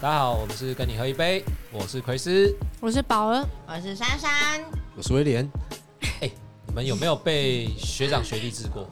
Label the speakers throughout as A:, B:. A: 大家好，我们是跟你喝一杯，我是奎斯。
B: 我是宝儿，
C: 我是珊珊，
D: 我是威廉，
A: 你们有没有被学长学弟制过？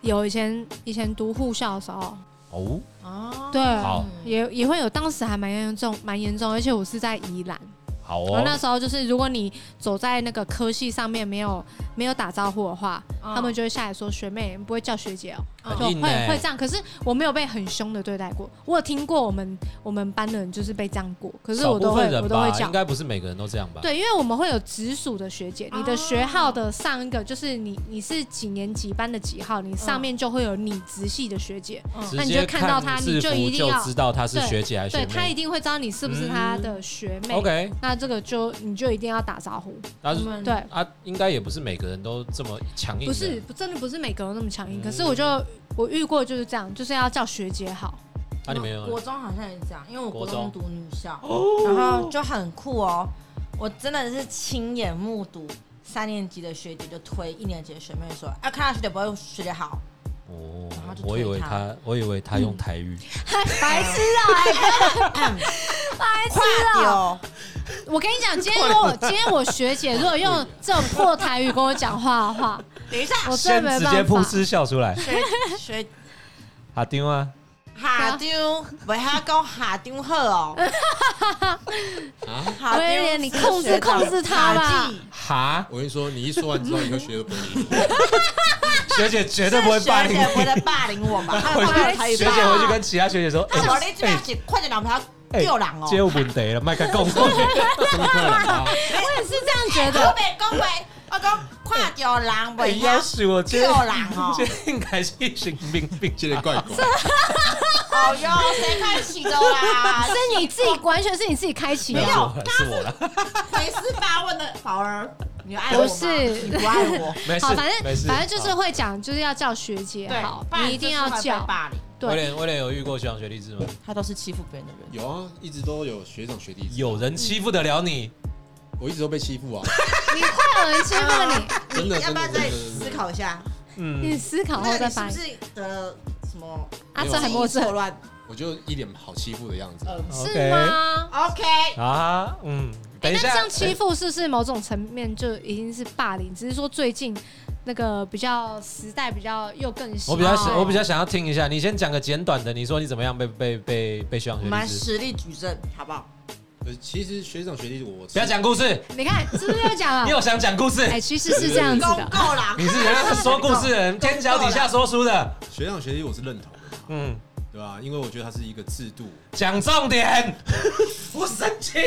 B: 有以前以前读护校的时候，
A: 哦，
C: 哦，
B: 对，
A: 好
B: 也也会有，当时还蛮严重，蛮严重，而且我是在宜兰，
A: 好
B: 我、后那
A: 哦，
B: 时候就是如果你走在那个科系上面没有没有打招呼的话，
C: 嗯
B: 他们就会下来说学妹你不会叫学姐哦、
C: 嗯
B: 就
A: 很
B: 会
A: 硬欸呢。
B: 会这样。可是我没有被很凶的对待过，我有听过我们我们班的人就是被这样过，可是
A: 少
B: 我都
A: 部
B: 会
A: 分人
B: 我都
A: 吧
B: 会叫
A: 应。该不是每个人都这样吧？
B: 对，因为我们会有直属的学姐，你的学号的上一个就是你，你是几年几班的几号，你上面就会有你直系的学姐，
C: 嗯
A: 直
B: 那你
A: 接
B: 就看到他
A: 制
B: 你就一
A: 服
B: 定
A: 就
B: 要
A: 知道他是
B: 对
A: 学姐还是
B: 对
A: 哎学
B: 她一
A: 妹。
B: 定会知道你是不是她的学妹。
A: OK，
B: 那这个就你就一定要打招呼，
A: 但
C: 我
A: 是
C: 们
B: 对，
A: 啊，应该也不是每个人都这么强硬。
B: 不是，不真的不是每个人都那么强硬，
A: 嗯
B: 可是我就我遇过就是这样，就是要叫学姐好，
A: 啊，你们有
C: 国中好像也是这样，因为我国
A: 国中哦
C: 中读女校，然后就很酷哦。我真的是亲眼目睹三年级的学姐就推一年级的学妹说：“啊，看到学姐不会，学姐好。
A: 哦
C: 然后就，推
A: 我以为
C: 他
A: 他，我以为他用台语。
B: 白痴 啊！
C: 嗯”
A: 哦
C: 快丢！
B: 哦我跟你讲，今天如果今天我学姐如果用这种破台语跟我讲话的话，
C: 等一下，
B: 我真
A: 先
B: 的没
A: 直
B: 办
A: 接噗
B: 法。
A: 嗤笑出来，
C: 学学
A: 哈丢啊！
C: 下丢，不要讲下丢好哦。
A: 啊
C: 下丢
B: 威廉你控制控制他吧
C: 下季
A: 哈，
D: 我跟你说，你一说完之后，以后学都不会理你。
A: 学姐绝对不会霸凌
C: 是学姐不
A: 你。
C: 会霸凌我 吧？
A: 回
C: 他有台
A: 去，
C: 语
A: 学
C: 吧
A: 姐回去跟其他学姐说，
C: 啊，我你这样
A: 哎
C: 是快点两条丢人哦。
A: 街舞本地了，麦克共
D: 真的快了吗？
B: 我也是这样觉
C: 我
B: 得，
C: 袂讲话，我讲看到人
A: 哎
C: 袂
A: 要
C: 晓
A: 死我
C: 叫
A: 今
C: 人哦、
A: 今天开始神病病，
D: 这个 怪怪，
C: 哦哟，谁开始的啦？
B: 啊是你自己完全是你自己开启
A: 没
B: 的
A: 有，
C: 没。有
A: 是我啦，
C: 回事发问的宝儿，你爱我吗
B: 不是
C: 你不爱 我。
A: 没事，
B: 好，反
A: 没
B: 正
A: 事
B: 反正就是会讲，就是要叫学姐好，
C: 不然
B: 你一定要
C: 就是会被
B: 叫。
C: 霸凌。
A: 好威
B: 对，
A: 廉威廉有遇过学长学弟制吗？
C: 他都是欺负别人的人，
D: 有啊，一直都有学长学弟，
A: 有人欺负得了你？
D: 我一直都被欺负啊，
B: 你会有人欺负
D: 真的
C: 哎要
D: 真
C: 不要
D: 的
C: 再
D: 真的
C: 思。考一下？
B: 你，你
A: 嗯，
B: 思考
C: 那
B: 后
C: 你
B: 再
C: 是
B: 发
C: 不
B: 言。
C: 是得什么
B: 阿
D: 没
B: 哲
D: 有
B: 很
C: 记忆
B: 陌
C: 错
B: 生，
C: 乱？
D: 我就一脸好欺负的样子，
C: 嗯
B: 是吗？
C: ，OK，
A: 啊，嗯，等一
B: 哎那这
A: 下
B: 样，欺负是不是某种层面就已经是霸凌？只是说最近那个比较时代比较又更
A: 哎
B: 新
A: 我比较想，
B: 哦
A: 我比较想要听一下，你先讲个简短的，你说你怎么样被被被被学长
C: 我
A: 学
C: 们
A: 弟制？
C: 实力举证好不好？
D: 呃，其实学长学弟我
A: 不要讲故事，
B: 哦你看是不是又讲
A: 你
B: 了？
A: 有想讲故事？
B: 哦哎，其实是这样子
C: 公
B: 的。
C: 够啦！
A: 你是人家说故事的 人，天桥底下说书的，
D: 学长学弟我是认同的，
A: 嗯，
D: 对吧？因为我觉得它是一个制度，
A: 讲重点。我生气。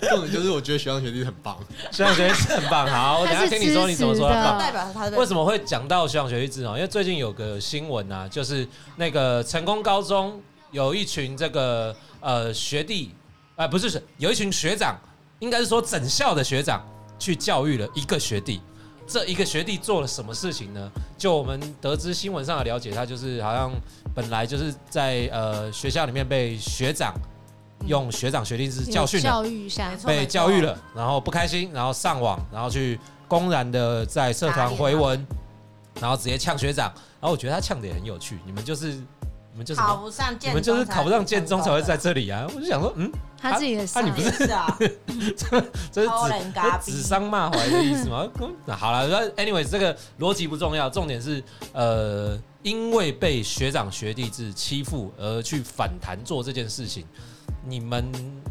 D: 重点就是我觉得学长学弟很棒，
A: 学长学弟是很棒，好，我等一下
B: 他
A: 听
B: 是
A: 你说你怎么说
B: 支
A: 他
B: 持的
A: 棒。
C: 代表他的
A: 哦为什么会讲到学长学弟制呢？因为最近有个新闻啊，就是那个成功高中有一群这个呃学弟，啊、不是有一群学长，应该是说整校的学长去教育了一个学弟。这一个学弟做了什么事情呢？就我们得知新闻上的了解，他就是好像本来就是在呃学校里面被学长用学长学弟制教训了，
B: 教育一下
C: 没，错
A: 被教育了，然后不开心，然后上网，然后去公然的在社团回文，然后直接呛学长。然后我觉得他呛的也很有趣，你们就是你们就是
C: 考不上建中才，
A: 你们就是考不上建中才 会在这里啊！我就想说，嗯，
B: 他自己的事
A: 啊。你不是
C: 是啊，
A: 这是
C: 偷
A: 指这
C: 人家
A: 是哎指桑骂槐的意思吗？ 嗯那好了，那 anyway 这个逻辑不重要，重点是呃，因为被学长学弟制欺负而去反弹做这件事情，你们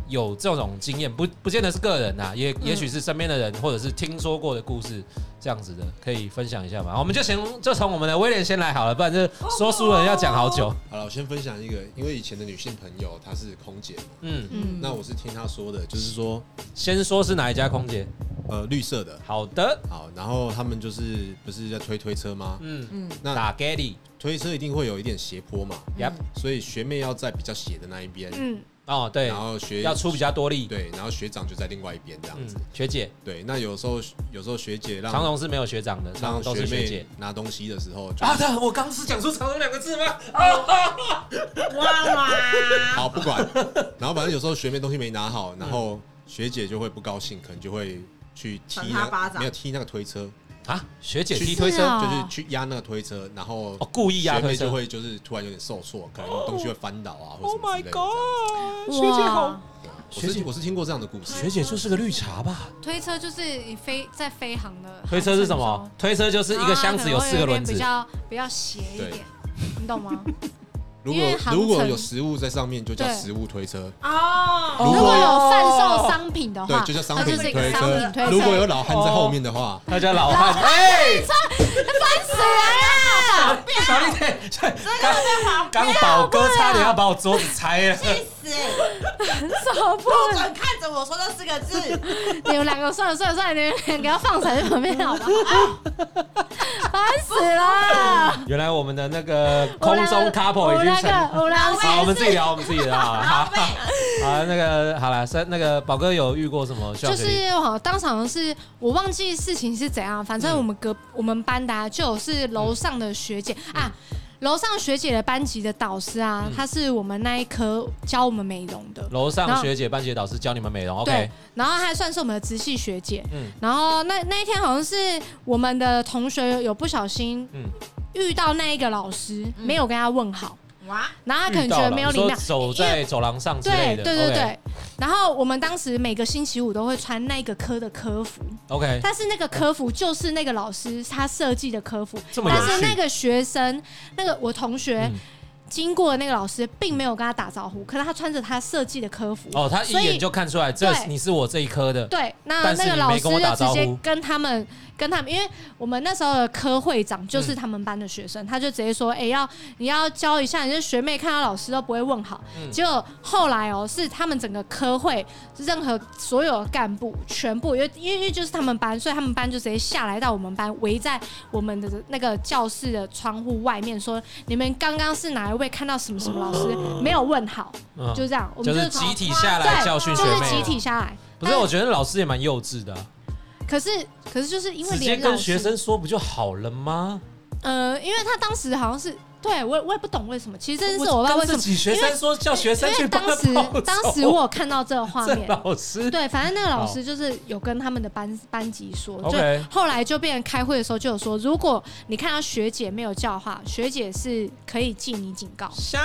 A: 有这种经验？不，不见得是个人啊，
C: 嗯
A: 也也许是身边的人，或者是听说过的故事，这样子的可以分享一下吗？我们就先就从我们的威廉先来好了，不然这
C: 哦
A: 说书人要讲好久。
D: 好了，我先分享一个，因为以前的女性朋友她是空姐嘛，
A: 嗯，
B: 嗯，
D: 那我是听她说的，就是说，
A: 先说是哪一家空姐？
D: 呃，绿色的，
A: 好的，
D: 好，然后他们就是不是在推推车吗？
A: 嗯，
C: 嗯，
D: 那
A: 打 Gally，
D: 推车一定会有一点斜坡嘛，
A: Yep
D: 所以学妹要在比较斜的那一边，
B: 嗯，
A: 哦对
D: 然，后学
A: 要出比较多力。
D: 对，然后学长就在另外一边这样
A: 嗯
D: 子。，
A: 学姐，
D: 对，那有时候有时候学姐让
A: 长荣是没有学长的，长荣
D: 让
A: 都
D: 学
A: 是学
D: 妹
A: 姐。
D: 拿东西的时候就，
A: 啊，对，我刚是讲出长荣两个字吗？啊
C: 哇 哇，
D: 好不管，然后反正有时候学妹东西没拿
A: 嗯
D: 好，然后学姐就会不高兴，可能就会去踢
C: 赏她
D: 那
C: 巴掌
D: 没有踢那个推车，
A: 啊，学姐
D: 去
A: 踢
B: 是
A: 推车，
B: 啊
D: 就是去压那个推车，然后
A: 哦，故意压
D: 学
A: 推
D: 妹就
A: 车。哦
D: 会就是突然有点受挫，可能东西会翻倒啊，或
A: Oh
D: 者什么
A: my
D: 之类的
A: god！
D: 这样。
A: 学姐好
B: 哇，，
D: 对啊
A: 学
D: 我
A: 姐
D: 是我是听过这样的故事
A: 学，姐就是个绿茶吧？
B: 推车就是你飞在飞航的
A: 推车是什么？推车就是一
B: 航程中？
A: 个箱
B: 啊
A: 子有四个轮子
B: 然后它可能会有一边比。较比较斜一点
D: 对，
B: 你懂 吗？
D: 如
B: 因为
D: 果
B: 航
D: 如果
B: 程
D: 有食物在上面，就叫
B: 对
D: 食物推车。
C: 哦，
B: 如果有贩
A: 哦
B: 售商品的
D: 对
B: 话，，
D: 就叫商
B: 哦它
D: 品
B: 就是一个
D: 推
B: 商品推车。哦
D: 车。如果有老汉在后面的话，
A: 大家老汉，哎，
B: 烦 死啊人了！
A: 小丽姐，刚刚宝哥差点要把我桌子拆了。
C: 气死！
B: 受不
C: 不准看着我说这四个字，
B: 你们两个算了算了算了，你们两个要放在旁边 好不好？烦死了！
A: 原来我们的那个空中 couple
B: 我
A: 已经
B: 那
A: 成。
B: 个我那
A: 好，我
B: 个
A: 们自己聊，我们自己 聊。好，好，那个好了，三那个宝哥有遇过什么需要
B: 就
A: 学习？
B: 是好，当场是我忘记事情是怎样，反
A: 嗯
B: 正我们隔我们班的、啊、就有是楼上的学姐
A: 嗯
B: 啊，楼上学姐的班级的导师啊，她是我们那一科教我们美容的，
A: 楼
B: 然
A: 上
B: 后
A: 学姐、班级导师教你们美容
B: 对
A: ，OK？，
B: 然后她算是我们的直系学姐，
A: 嗯，
B: 然后那那一天好像是我们的同学有不小心
A: 嗯
B: 遇到那一个老师，
C: 嗯
B: 没有跟他问好，
C: 哇，
B: 然后他可能
A: 遇
B: 觉
A: 到了
B: 得没有
A: 你
B: 礼
A: 说
B: 貌，
A: 走
B: 因为
A: 在走廊上之类
B: 对
A: 的，
B: 对对对。然后我们当时每个星期五都会穿那个科的科服，
A: ，OK，
B: 但是那个科服就是那个老师他设计的科服，
A: 这么有
B: 但
A: 趣
B: 是那个学生，那个我同学。
A: 嗯
B: 经过的那个老师并没有跟他打招呼，可是他穿着他设计的科服，
A: 哦，他一
B: 所以
A: 眼就看出来，这
B: 对
A: 你是我这一科的，
B: 对，那
A: 但是
B: 那个
A: 你
B: 老
A: 没
B: 师
A: 跟我打
B: 就直
A: 招
B: 接
A: 呼
B: 跟他们跟他们，因为我们那时候的科会长
A: 嗯
B: 就是他们班的学生，他就直接说：“哎、要你要教一下，你这学妹看到老师都不会问好。
A: 嗯
B: 结果后来哦，是他们整个科会任何所有的干部全部，因为因为因为就是他们班，所以他们班就直接下来到我们班，围在我们的那个教室的窗户外面，说：你们刚刚是哪一位看到什么什么老师没有问好？
A: 嗯
B: 就这样，我们
A: 就是
B: 从
A: 集体下来
B: 对
A: 教训
B: 就
A: 学
B: 是集
A: 妹。啊
B: 体下来。
A: 不是，我觉得老师也蛮幼稚的啊，
B: 可是，可是就是因为
A: 直接
B: 连老
A: 跟
B: 师
A: 学，生说不就好了吗？
B: 呃，因为他当时好像是，对我也我也不懂为什么，其实这件事
A: 我
B: 我不知道
A: 跟
B: 为什
A: 自
B: 么，
A: 己学生说叫学生
B: 因
A: 去
B: 为
A: 帮他
B: 当
A: 报
B: 时
A: 仇啊
B: 当时我有看到这个 画
A: 这
B: 面，
A: 老师
B: 对，反正那个老师就是有跟他们的班班级说，就
A: OK
B: 后来就变成开会的时候就有说，如果你看到学姐没有叫的话，学姐是可以记你警告，
A: 瞎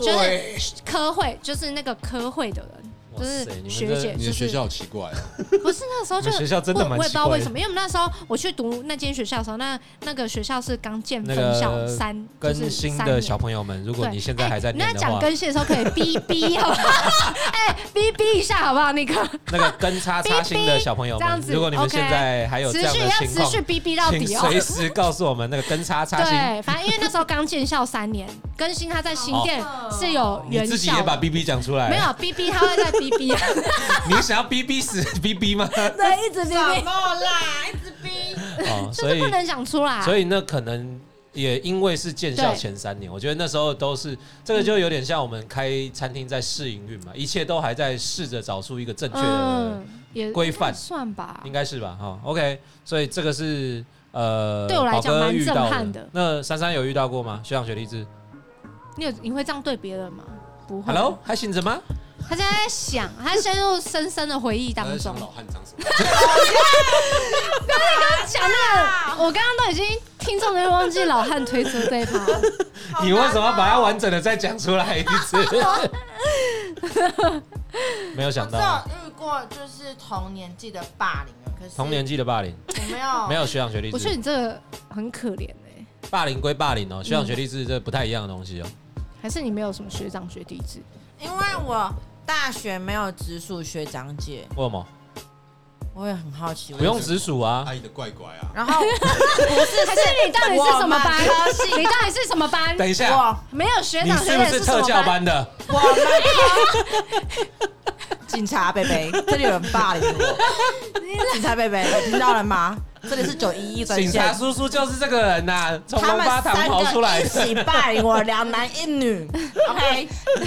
B: 就是科会就是那个科会的人。
A: 哇
B: 就是
A: 塞你们
B: 学
A: 这
B: 姐，
D: 你
B: 就是
D: 的学校好奇怪啊，
B: 不是那个时候
A: 你
B: 就
A: 们学校真的
B: 我
A: 蛮
B: 我也不
A: 奇
B: 知道为
A: 怪
B: 什
A: 的，
B: 么，因为我们那时候我去读那间学校的时候，那那个学校是刚建分
A: 那个
B: 校三，就
A: 跟
B: 是
A: 新
B: 三
A: 的
B: 年
A: 小朋友们，如果
B: 对
A: 你现在还在
B: 哎那
A: 念的
B: 讲
A: 话，
B: 更新的时候可以哔哔，好不好？哎，哔哔一下好不好？那个
A: 那个跟叉叉星的小朋友
B: 哔哔这样
A: 们，
B: 子
A: 如果你们
B: OK
A: 现在还有这
B: 持
A: 样
B: 续
A: 的
B: 要
A: 情
B: 持
A: 况
B: 续，哔哔到
A: 请
B: 底哦。
A: 随时告诉我们那个跟叉叉星。
B: 对，反正因为那时候刚建校三年，更新他在新店
C: 哦
B: 是有
A: 你
B: 原
A: 自己
B: 校
A: 也把
B: 的，
A: B B 讲出来，
B: 没有？哔哔，他会在哔哔，
A: 你想要 B B 死 B B 吗？
B: 对，一直
C: 什
B: 哔哔，
C: 么啦，一直逼，
A: 哦，
B: 就
A: 所
B: 是
A: 以
B: 不能讲出来。
A: 所以那可能也因为是建校前三年，我觉得那时候都是这个
B: 嗯
A: 就有点像我们开餐厅在试营运嘛，一切都还在试着找出一个正确的，
B: 嗯也
A: 规范
B: 算吧
A: 应。该是吧？哈、o k 所以这个是呃，
B: 对我来讲
A: 宝哥
B: 蛮
A: 遇到
B: 震撼的
A: 那珊珊有遇到过吗？学长学弟制
B: 你有你会这样对别人吗？不会。
A: ，Hello，还醒着吗？
B: 他现在在想，他陷入深深的回忆当
D: 他在
B: 中
D: 想。老汉长什么样？
B: 讲那个，我刚刚都已经听众都会忘记老汉推车这一趴 了，
C: 哦
A: 你为什么把它完整的再讲出来一次？ 没有
C: 我
A: 想
C: 只
A: 到啊
C: 有遇过就是同年纪的霸凌了，可是哦
A: 同年纪的霸凌，
C: 我没有
A: 没有学长学弟
B: 我觉得
A: 制，
B: 你这个很可怜哎、
A: 霸凌归霸凌哦，学长学弟制这不太一样的东西哦。
B: 还是你没有什么学长学弟制？
C: 因为我大学没有直属学长姐，
A: 为什么？
C: 我也很好奇。
A: 不用直属啊
D: 阿，姨的怪怪啊，
C: 然后不是，
B: 还是你到底是什么班
C: 我们科？系
B: 你到底是什么班？
A: 等一 下，
C: 我
B: 没有学
A: 你
B: 长
A: 是
B: 学
A: 不
B: 姐
A: 是
B: 什么
A: 特教？班的？
C: 我们科 警察贝贝，这里有人霸凌 我。警察贝贝，有听到了吗？这里是九一一专
A: 警察
C: 线。
A: 叔叔就是这个人呐、从
C: 他
A: 龙
C: 们
A: 发堂
C: 三
A: 跑出
C: 个
A: 来
C: 一
A: 的。
C: 起霸凌我，两男一 女。OK，
D: 你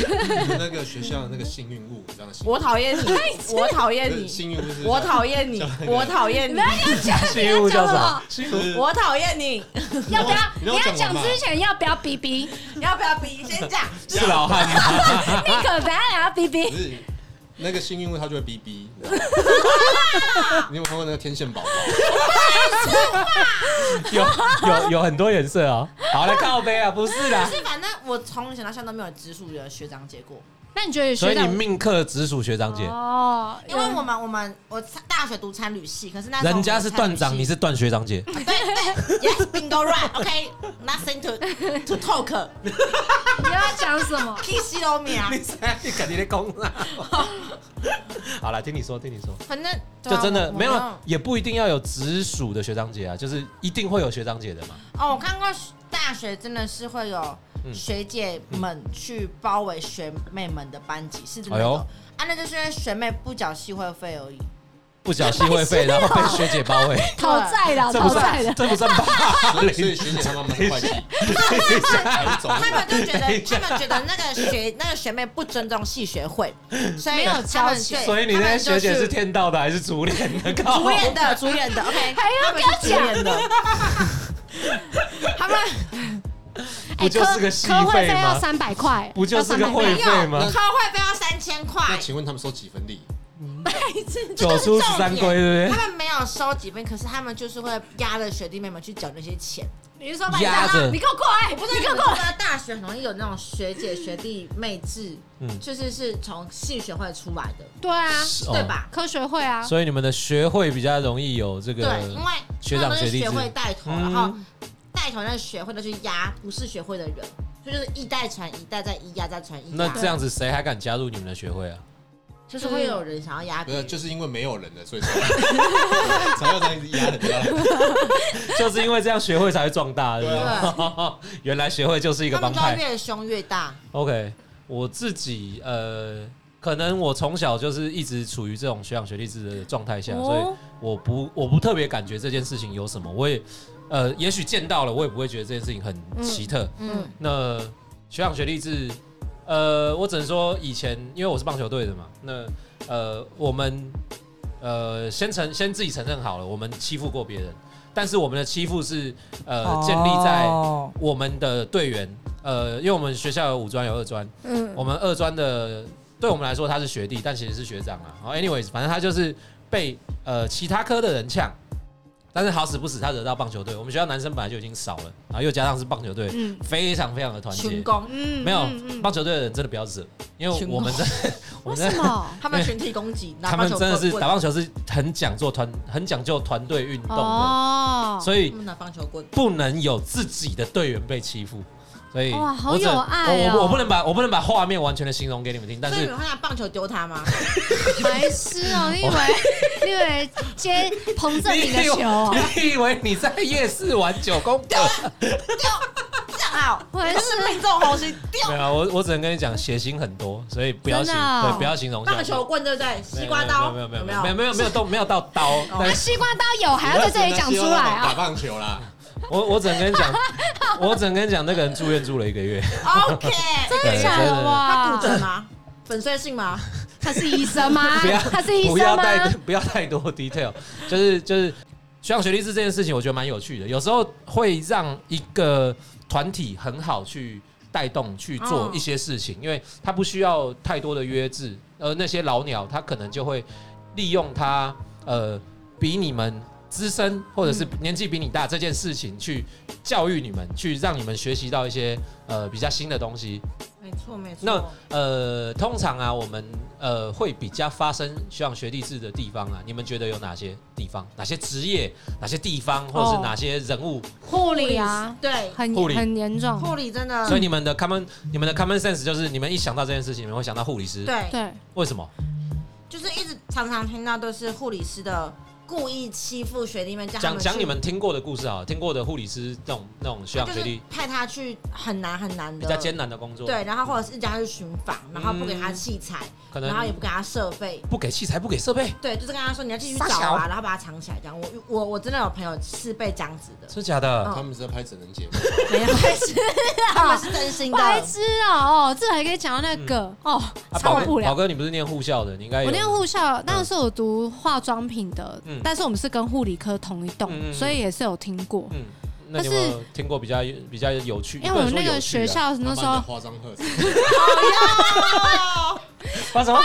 D: 们那个学校的那个幸运物，你知道幸运物
C: 我讨厌你， 我讨厌
D: 就是
C: 你，
D: 幸运物是
C: 我讨厌你
D: 像那，个
C: 我讨厌 你，
A: 新物叫什么？
D: 就是
C: 我讨厌你。
B: 要不要？
D: 你
B: 你
D: 让我
B: 要
D: 讲完
B: 讲
D: 嘛
B: 之前要不要逼逼？
C: 要不要比先讲？
A: 是老汉吗？
B: 那个等下也要逼逼
D: 不。是那个幸运物它就会哔哔。你有没有看过那个天线宝宝？
A: 有有有很多颜色哦。好了，靠背啊，不是啦
C: 可。是反正我从以前到现在都没有直属的学长姐过，
B: 那你觉得
A: 所
B: 学
A: 以你
B: 长
A: 命克直属学长姐，
B: 哦，
C: 因为我们我们我大学读参旅系，可是那时候
A: 人家
C: 我们
A: 是
C: 参
A: 段
C: 旅
A: 长，
C: 系
A: 你是段学长姐。
C: 对对，Yes bingo right，OK，nothing、to to talk，
B: 你要讲什么？
C: 屁西都没啊，
A: 你肯定在攻啊！好了，听你说，听你说，
C: 反正对啊
A: 就真的
C: 我
A: 没有
C: 我
A: 啊，也不一定要有直属的学长姐啊，就是一定会有学长姐的嘛。
C: 哦，我看过大学真的是会有
A: 嗯
C: 学姐们去包围学妹们的班级，是真的
A: 哎呦
C: 有啊，那就是因为学妹不缴系会费 而已。
A: 不缴系会费，然后被学姐包围，
B: 讨债的，
A: 这不
B: 讨债
A: 算，
B: 的，
A: 这不算霸
D: 所以所
A: 凌
D: 以。学姐他妈妈是会计，还走
C: 他们就觉得，
A: 等一下
C: 他们觉得那个学那个学妹不尊重系学会，所以
B: 没有
C: 他们
B: 交集
C: 对
A: 所以你那些学姐
C: 他
A: 是哦
C: 们就
A: 天道的还是主脸的？靠
C: 主演的，主演的，OK，
B: 还要
C: 他们是主 演的，他们
A: 不就是个戏
B: 哎科会
A: 费吗
B: 要三百块，
A: 不就是个会
B: 要300
A: 费吗
C: 没有？科会费要三千
D: 那
C: 块，
D: 请问他们收几分利？
A: 九出十三归，对不
C: 他们没有收几遍，可是他们就是会压着学弟妹们去缴那些钱。
B: 你是说把
A: 压着
B: 你给我过来，
C: 不
B: 不
C: 是，
B: 是
C: 你
B: 你给
C: 看
B: 我
C: 过
B: 过来，
C: 在大学很容易有那种学姐学弟妹制，
A: 嗯
C: 就是是从系学会出来的，
B: 对啊，
A: 对？
C: 对
A: 哦
C: 吧？
B: 科学会啊，
A: 所以你们的学会比较容易有这
C: 对，
A: 个
C: 因为
A: 学
C: 他
A: 长
C: 们
A: 学
C: 是
A: 弟制
C: 学会带头，
A: 嗯
C: 然后带头那个学会的去压不是学会的人，所以就是一代传一代，再一压再传一压。
A: 那这样子谁还敢加入你们的学会啊？
C: 就是会有人想要
A: 嗯
C: 压
D: 不
C: 别
D: 是，
B: 哎
C: 人，
D: 就是因为没有人了，所以才才要这样子压人家。
A: 就是因为这样学会才会壮大，对不
D: 对
A: 对？ 原来学会就是一个
C: 他
A: 帮
C: 们就会
A: 派。
C: 越凶越大。
A: OK，我自己呃，可能我从小就是一直处于这种学长学弟制的状态下，啊所以
B: 哦，
A: 我不我不特别感觉这件事情有什么，我也呃，也许见到了，我也不会觉得这件事情很奇特。
C: 嗯，
A: 那学长学弟制，呃，我只能说以前因为我是棒球队的嘛，那呃，我们呃先承先自己承认好了，我们欺负过别人，但是我们的欺负是呃建立在
C: 哦
A: 我们的队员，呃，因为我们学校有五专有二专，
B: 嗯
A: 我们二专的对我们来说他是学弟，但其实是学长啊。好，anyways，反正他就是被呃其他科的人呛，但是好死不死他惹到棒球队。我们学校男生本来就已经少了，然后又加上是棒球队，
B: 嗯
A: 非常非常的团结
C: 群。攻，
B: 嗯
A: 没有
B: 嗯嗯
A: 棒球队的人真的不要惹，因为
C: 群
A: 我们真我
B: 为
A: 们
B: 什
A: 真的
B: 么？
C: 他们群体攻击，拿
A: 他们
C: 棒球
A: 真的是
C: 棍
A: 打棒球是很讲究团很讲究团队运动的，
B: 哦，
A: 所以
C: 他们拿棒球棍，
A: 不能有自己的队员被欺负。所以
B: 哇好
A: 我只能
B: 有爱哦
A: 我我我不能把我不能把画面完全的形容给你们听，但
C: 所以
A: 是
C: 你们会拿棒球丢他吗？
B: 白痴 哦，你以为你以为接彭正明的球哦？
A: 你以为你在夜市玩九宫格？
C: 正好，
B: 我也
C: 这啊
B: 是
C: 是命中红心，丢
A: 没有啊，我我只能跟你讲，血腥很多，所以不要形
B: 真的哦
A: 对，不要形容下去。
C: 棒球棍，对不对？西瓜刀，
A: 没有没有
C: 有
A: 没有没有没有没有没有到没有到刀，但
B: 那
A: 是
B: 啊西瓜刀有还要在这里讲出来
D: 打
B: 啊？
D: 棒球啦，
A: 我我只能跟你讲，我只能跟你讲，那个人住院住了一个月，
C: OK，
B: 真的假的
C: 他
B: 哇
C: 骨？折吗？粉碎性吗？
B: 他是医生吗？
A: 不要
B: 他是医
A: 不
B: 生
A: 要
B: 吗？
A: 太不要太多 detail，就是就是学长学历制这件事情，我觉得蛮有趣的，有时候会让一个团体很好去带动去做
C: 嗯
A: 一些事情，因为他不需要太多的约制，而那些老鸟他可能就会利用他呃比你们。资深或者是年纪比你大这件事情，去教育你们，去让你们学习到一些呃比较新的东西，
C: 没错没错。
A: 那呃，通常啊，我们呃会比较发生学长学弟制的地方啊，你们觉得有哪些地方？哪些职业？哪些地方？或者是
B: 哦
A: 哪些人物？
B: 护理啊，
C: 对，
B: 很
A: 护理
B: 很严重。
C: 护理
B: 嗯
C: 真的
A: 所以你们的 common，你们的 common sense 就是你们一想到这件事情，你们会想到护理师。，
C: 对，
B: 啊对，
A: 为什么？
C: 就是一直常常听到都是护理师的故意欺负学弟妹，叫他
A: 讲
C: 们
A: 讲
C: 去
A: 你们听过的故事啊，听过的护理师那种那种学
C: 就
A: 长学
C: 是
A: 弟
C: 派他去很难很难的
A: 比较艰难的工作，，
C: 对，然后或者是叫他去巡访，然后不给他器材，
A: 嗯可
C: 然后也
A: 能
C: 不给他设备。
A: 不给器材，不给设
B: 啊
A: 备，
C: 对，就是跟他说你要继续
A: 傻
C: 找
A: 小
C: 啊，然后把它藏起来。这样，我我我真的有朋友是被这样子 的，
A: 真假的？
C: 嗯
D: 他们是在拍整人节目，
C: 没有，他们是真心的。
B: 白痴哦，哦，这还可以讲到那个哦，
A: 啊，
B: 超
A: 宝
B: 不
A: 哥，宝
B: 了。
A: 哥，你不是念护校的，你应该有
B: 我那个护校，那个时候我读化妆品的
A: 嗯，
B: 但是我们是跟护理科同一栋
A: 嗯嗯嗯，
B: 所以也是有听过。
A: 嗯，那你有没有听过比较比较有趣？啊
B: 因为我们
A: 不能
B: 那
A: 说
B: 个
A: 有趣啊
B: 学校那时候
D: 花张鹤，
A: 把什么？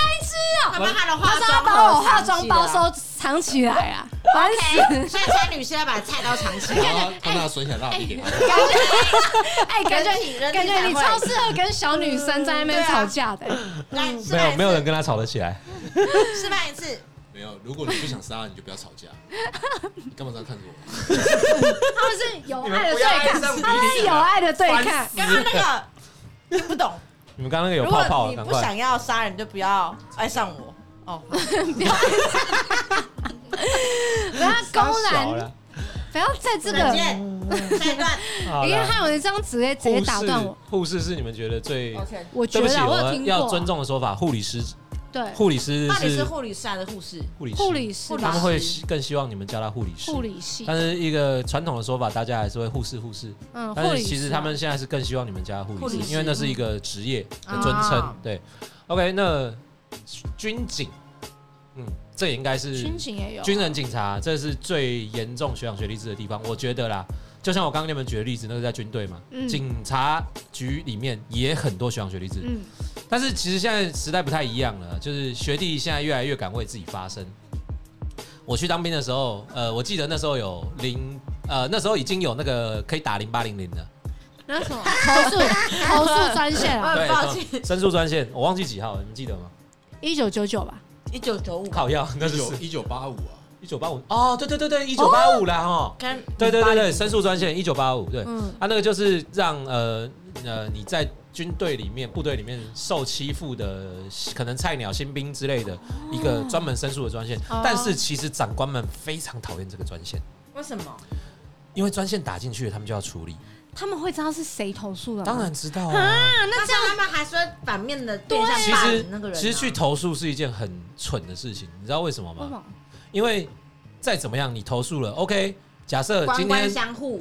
E: 他把他的化
B: 他说要
E: 妆
B: 把我
E: 包
B: 化妆包收藏起来啊，烦
E: ，OK，
B: 死！
E: 所以川女士要把菜刀藏起来。
D: 然后他那损起来辣一点，
B: 哎，感觉
C: 人体
B: 感觉你
C: 才会
B: 超适合跟小女生在那边吵架的。
A: 嗯
E: 来，示
A: 没
E: 范一
A: 有
E: 次
A: 没有人跟他吵得起来。
E: 示范一次。
D: 没有。如果你不想杀，你就不要吵 架。你干嘛这样看着我？
B: 他们是有
A: 你们
B: 爱的
A: 不
B: 对
A: 要爱
B: 抗，
A: 上彼此
B: 他们是有爱的 对抗
A: 烦。死
C: 刚刚那个 听不懂，
A: 你们刚刚那个有
C: 如
A: 泡
C: 果
A: 泡，
C: 你
A: 赶
C: 不
A: 快。
C: 想要杀人，就不要爱上我 哦。
B: 不要公
A: 小
B: 然
A: 了，
B: 不要在这
E: 再
B: 个，
E: 见，下一段。
A: 好
B: 因为
A: 了
B: 还有人这样直接直接打断我。哦
A: 护士护士是你们觉得最
C: OK，
B: 我觉
A: 对不起，
B: 得我有
A: 们
B: 听
A: 要
B: 过，
A: 尊重的说法，护理师，
B: 对
A: 护理师
C: 到底是
A: 是
C: 护理师还是护士？
A: 护理师
B: 护理师
A: 他
B: 吧
A: 们，会更希望你们叫他护理师。
B: 护理系，
A: 但是一个传统的说法，大家还是会护士护士。
B: 嗯，护
A: 但
B: 理
A: 是
B: 师
A: 其实他们现在是更希望你们叫他护
C: 护
A: 理
C: 理
A: 师，
C: 师
A: 因为那是一个职业的尊称
C: 啊。
A: 对，OK，那军警，嗯，这也应该是
B: 军警也有
A: 军人警察，这是最严重学长学历制的地方，我觉得啦。就像我刚刚给你们举的例子，那个在军队嘛，
B: 嗯
A: 警察局里面也很多学长学历制，
B: 嗯，
A: 但是其实现在时代不太一样了，就是学弟现在越来越敢为自己发声。我去当兵的时候，呃，我记得那时候有零，呃，那时候已经有那个可以打零八零零的，
B: 那什么投 诉投诉专线啊，
C: 啊，抱歉，
A: 对，申诉专线，我忘记几号了，你们记得吗？
B: 一九九九吧，
C: 一九九五，
A: 靠要，那
D: 一
A: 是
D: 九一九八五啊，
A: 一九八五，哦，对对对对，一九八五啦，哦，
C: 跟
A: 对对对对，申诉专线一九八五，对，
B: 嗯
A: 他那个就是让呃呃你在军队里面、部队里面受欺负的，可能菜鸟、新兵之类的一个专门申诉的专线。
B: 哦
A: 但是其实长官们非常讨厌这个专线，
C: 为什么？
A: 因为专线打进去了，他们就要处理。
B: 他们会知道是谁投诉的吗，
A: 当然知道啊。
E: 那
C: 那
E: 这
C: 这
E: 样
C: 样他们还说反面的对
A: 其
C: 象霸
A: 实
C: 凌那个人啊，
A: 其实去投诉是一件很蠢的事情，你知道为什么
B: 为什
A: 吗？
B: 么，
A: 因为再怎么样你投诉了，OK，假设
E: 官
A: 呃今
E: 官
A: 天
E: 相护，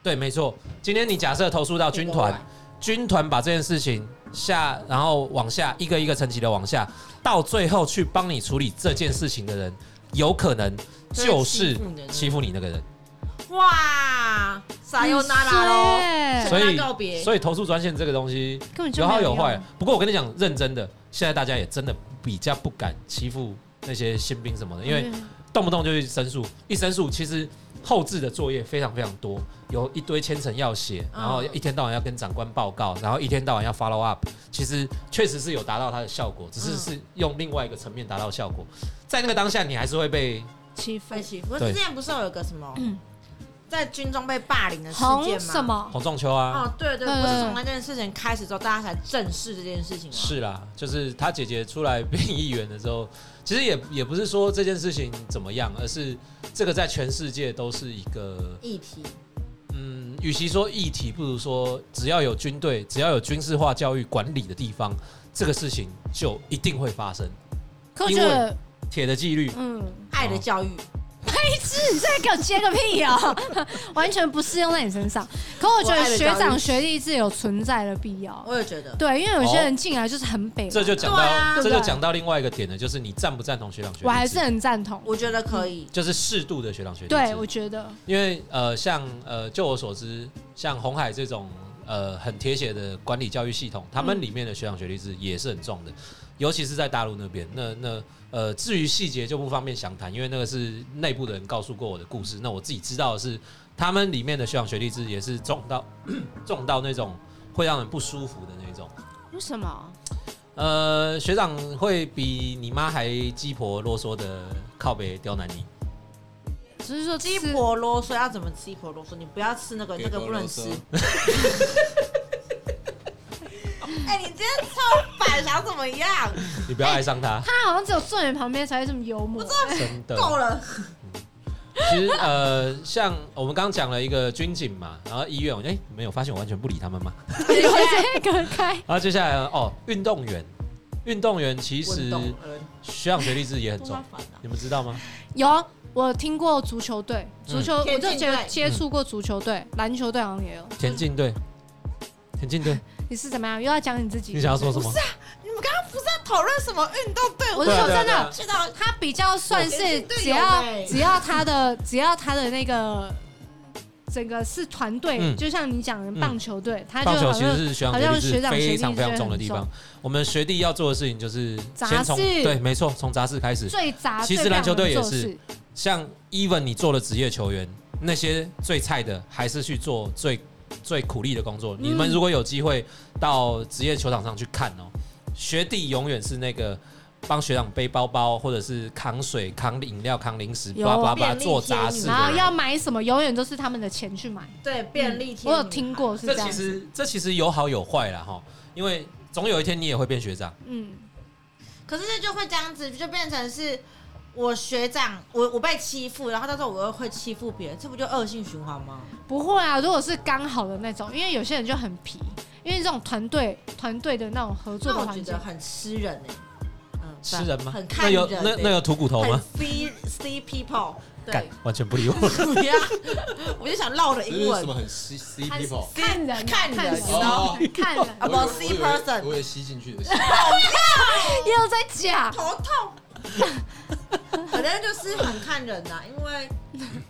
A: 对，没错，今天你假设投诉到军团，军团把这件事情下，然后往下一个一个层级的往下，到最后去帮你处理这件事情的人，有可能就是欺负你那个人。
C: 哇，撒又那拉
B: 哦
C: 喽，
B: 喽，
A: 所
C: 跟
A: 以
C: 他告别，
A: 所以投诉专线这个东西
B: 根本就
A: 有
B: 没
A: 好有
B: 用
A: 坏，，不过我跟你讲，认真的，现在大家也真的比较不敢欺负那些新兵什么的，因为
B: 嗯
A: 动不动就去申诉，一申诉其实后置的作业非常非常多，有一堆千层要写，
C: 嗯
A: 然后一天到晚要跟长官报告，然后一天到晚要 follow up，其实确实是有达到它的效果，只是
C: 嗯
A: 是用另外一个层面达到效果，在那个当下你还是会被
B: 欺负
C: 被欺负。我
A: 对
C: 之前不是有一个什么，在军中被霸凌的事
B: 红
C: 件
B: 嗯什
C: 吗？
B: 么
A: 洪仲秋啊，
C: 哦，对对，
B: 嗯
C: 不是从那件事情开始之后，大家才正视这件事情吗？
A: 是啦，就是他姐姐出来变议员的时候，其实也也不是说这件事情怎么样，而是这个在全世界都是一个，
C: 议题，
A: 嗯，与其说议题，不如说只要有军队，只要有军事化教育管理的地方，这个事情就一定会发生。
B: 可我
A: 因
B: 觉得，
A: 铁的纪律，
B: 嗯，
C: 爱的教育，
B: 是在给我接个屁哦， 完全不适用在你身上。可我觉
C: 我
B: 得
C: 爱的
B: 学
C: 教育
B: 长学历是有存在的必要，
C: 我也觉得，
B: 对，因为有些人进来就是很北，
A: 哦这就讲
C: 对
A: 到
C: 啊
A: 这
B: 对不
A: 就
B: 对
A: 讲到另外一个点了，就是你赞不赞同学长学弟制？
B: 我还是很赞同。啊
C: 我觉得可以。
A: 就是适度的学长学弟制。
B: 对，我觉得
A: 因为呃，像呃，就我所知，像红海这种呃很铁血的管理教育系统，他们里面的学长学历制也是很重的，尤其是在大陆那边。那那呃，至于细节就不方便详谈，因为那个是内部的人告诉过我的故事。那我自己知道的是，他们里面的学长学历制也是重到 重到那种会让人不舒服的那种。
B: 为什么？
A: 呃，学长会比你妈还鸡婆啰嗦的靠北刁难你。
B: 只是说
C: 鸡
B: 吃
C: 婆啰嗦要怎么鸡婆啰嗦？你不要吃那个，那个不能吃。哎，你今天超反，想怎么样？
A: 你不要爱上他，
B: 他好像只有坐你旁边才会这么幽默。
A: 真的。
C: 够了，
A: 其实呃，像我们刚刚讲了一个军警嘛，然后医院，哎、你们有发现我完全不理他们吗？
B: 你会这个开，
A: 然后接下来哦，运动员，运动员其实
C: 运动呃
A: 学长学历制也很
C: 多
A: 重
C: 麻，烦啊！
A: 你们知道吗？
B: 有啊我听过足球队，
A: 嗯
B: 足球我
C: 田
B: 就
C: 径
B: 接
C: 队
B: 接触过足球队，篮球队好像也有。
A: 田径队，田 径队，
B: 你是怎么样？又要讲你自己？
A: 你想要说什么？
B: 啊
C: 你们刚刚不是在讨论什么运动队？
B: 我是说真
A: 对啊
B: 的，
C: 知道
B: 他比较算是
C: 田径队
B: 只
C: 有
B: 要
C: 欸
B: 只要他的只要他的那个整个是团队，
A: 嗯
B: 就像你讲的棒球队，他就
A: 棒球
B: 好
A: 其
B: 像
A: 实是学
B: 好
A: 长
B: 像
A: 学
B: 学
A: 弟
B: 长
A: 制
B: 学
A: 非
B: 弟
A: 常非常重的地
B: 觉得
A: 方
B: 很。
A: 我们学弟要做的事情就是
B: 杂
A: 先从
B: 事
A: 对，没错，从杂事开始。
B: 最杂。
A: 其实
B: 最不
A: 篮球队也
B: 让人做
A: 是
B: 事，
A: 像 even 你做了职业球员，那些最菜的还是去做最最苦力的工作。你们如果有机会到职业球场上去看哦，学弟永远是那个。帮学长背包包，或者是扛水、扛饮料、扛零食，
B: 有
A: 叭叭叭
F: 便利
A: 做杂事的
B: 然后
A: 人。
B: 要买什么，永远都是他们的钱去买。
F: 对，便
C: 嗯
F: 利贴
B: 我有听过是
A: 这
B: 这样
A: 其，实这其实有好有坏啦哈，因为总有一天你也会变学长。
B: 嗯，
C: 可是这就会这样子，就变成是我学长，我我被欺负，然后到时候我又会欺负别人，这不就恶性循环吗？
B: 不会啊。如果是刚好的那种，因为有些人就很皮，因为这种团队团队的那种合作
C: 那
B: 的
C: 我
B: 环
C: 觉
B: 境
C: 得，很吃人哎、嗯，
A: 吃人吗
C: 很？
A: 那
C: 看人
A: 有
C: 欸、
A: 那那有吐骨头吗？
C: 很 see see people，
A: 干
C: 对，，
A: 完全不理我。
C: 不要，我就想绕着
D: 这
C: 英
D: 是什
C: 文
D: 么很 C C
B: 看
D: people？
B: 看人啊
C: 看人
B: 看人
D: 哦
B: 看人，啊
D: 我以为
C: about C
D: 我以为
C: person
D: 我也吸进 去的。
B: 也有在假。
C: 头痛。 反正就是很看人呐、因为
A: 你
B: 嗯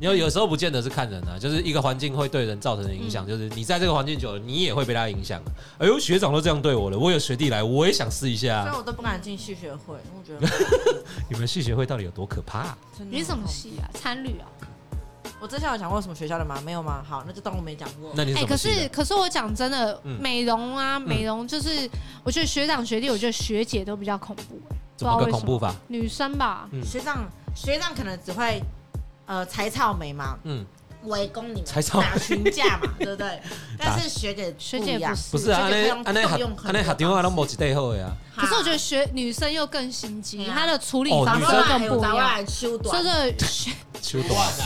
A: 有有时候不见得是看人啊，就是一个环境会对人造成的影
B: 嗯
A: 响，就是你在这个环境久了，你也会被他影响。哎呦，学长都这样对我了，我有学弟来，我也想试一
C: 所以
A: 下。
C: 我都不敢进戏学会，因为我 觉得
A: 你们系学会到底有多可怕、
C: 真的
B: 你是什么
C: 很恐
B: 系啊？参旅啊？
C: 怖？我之前有讲过什么学校的吗？没有吗？好，那就当我没讲过。
A: 那你是
B: 哎、
A: 什
B: 可
A: 么系的？啊
B: 是可是我讲真的，
A: 嗯
B: 美容啊，美容就是我觉得学长学弟，我觉得学姐都比较恐怖、哎
A: 怎么
B: 不
A: 个
B: 知道为
A: 恐
B: 什
A: 怖法？
B: 女生吧，
A: 嗯
C: 学长学长可能只会呃踩草莓嘛，
A: 嗯，
C: 围攻你们，
A: 踩草莓
C: 打群架 嘛，对不对？但是学姐
B: 学
C: 不
B: 姐
C: 一样
B: 不，是，
A: 不是啊，
C: 所
A: 安
C: 以就可以
A: 内
C: 用
A: 安内
C: 动
A: 哈
C: 用很
A: 安内
C: 多
A: 哈迪话都
C: 方式
A: 没几代啊后呀。
B: 可是我觉得学女生又更心机，
C: 啊
B: 她的处理
A: 哦
B: 方
A: 女
B: 式
A: 生
B: 更不一样。
C: 来修短
B: 所以这学
A: 手段啊，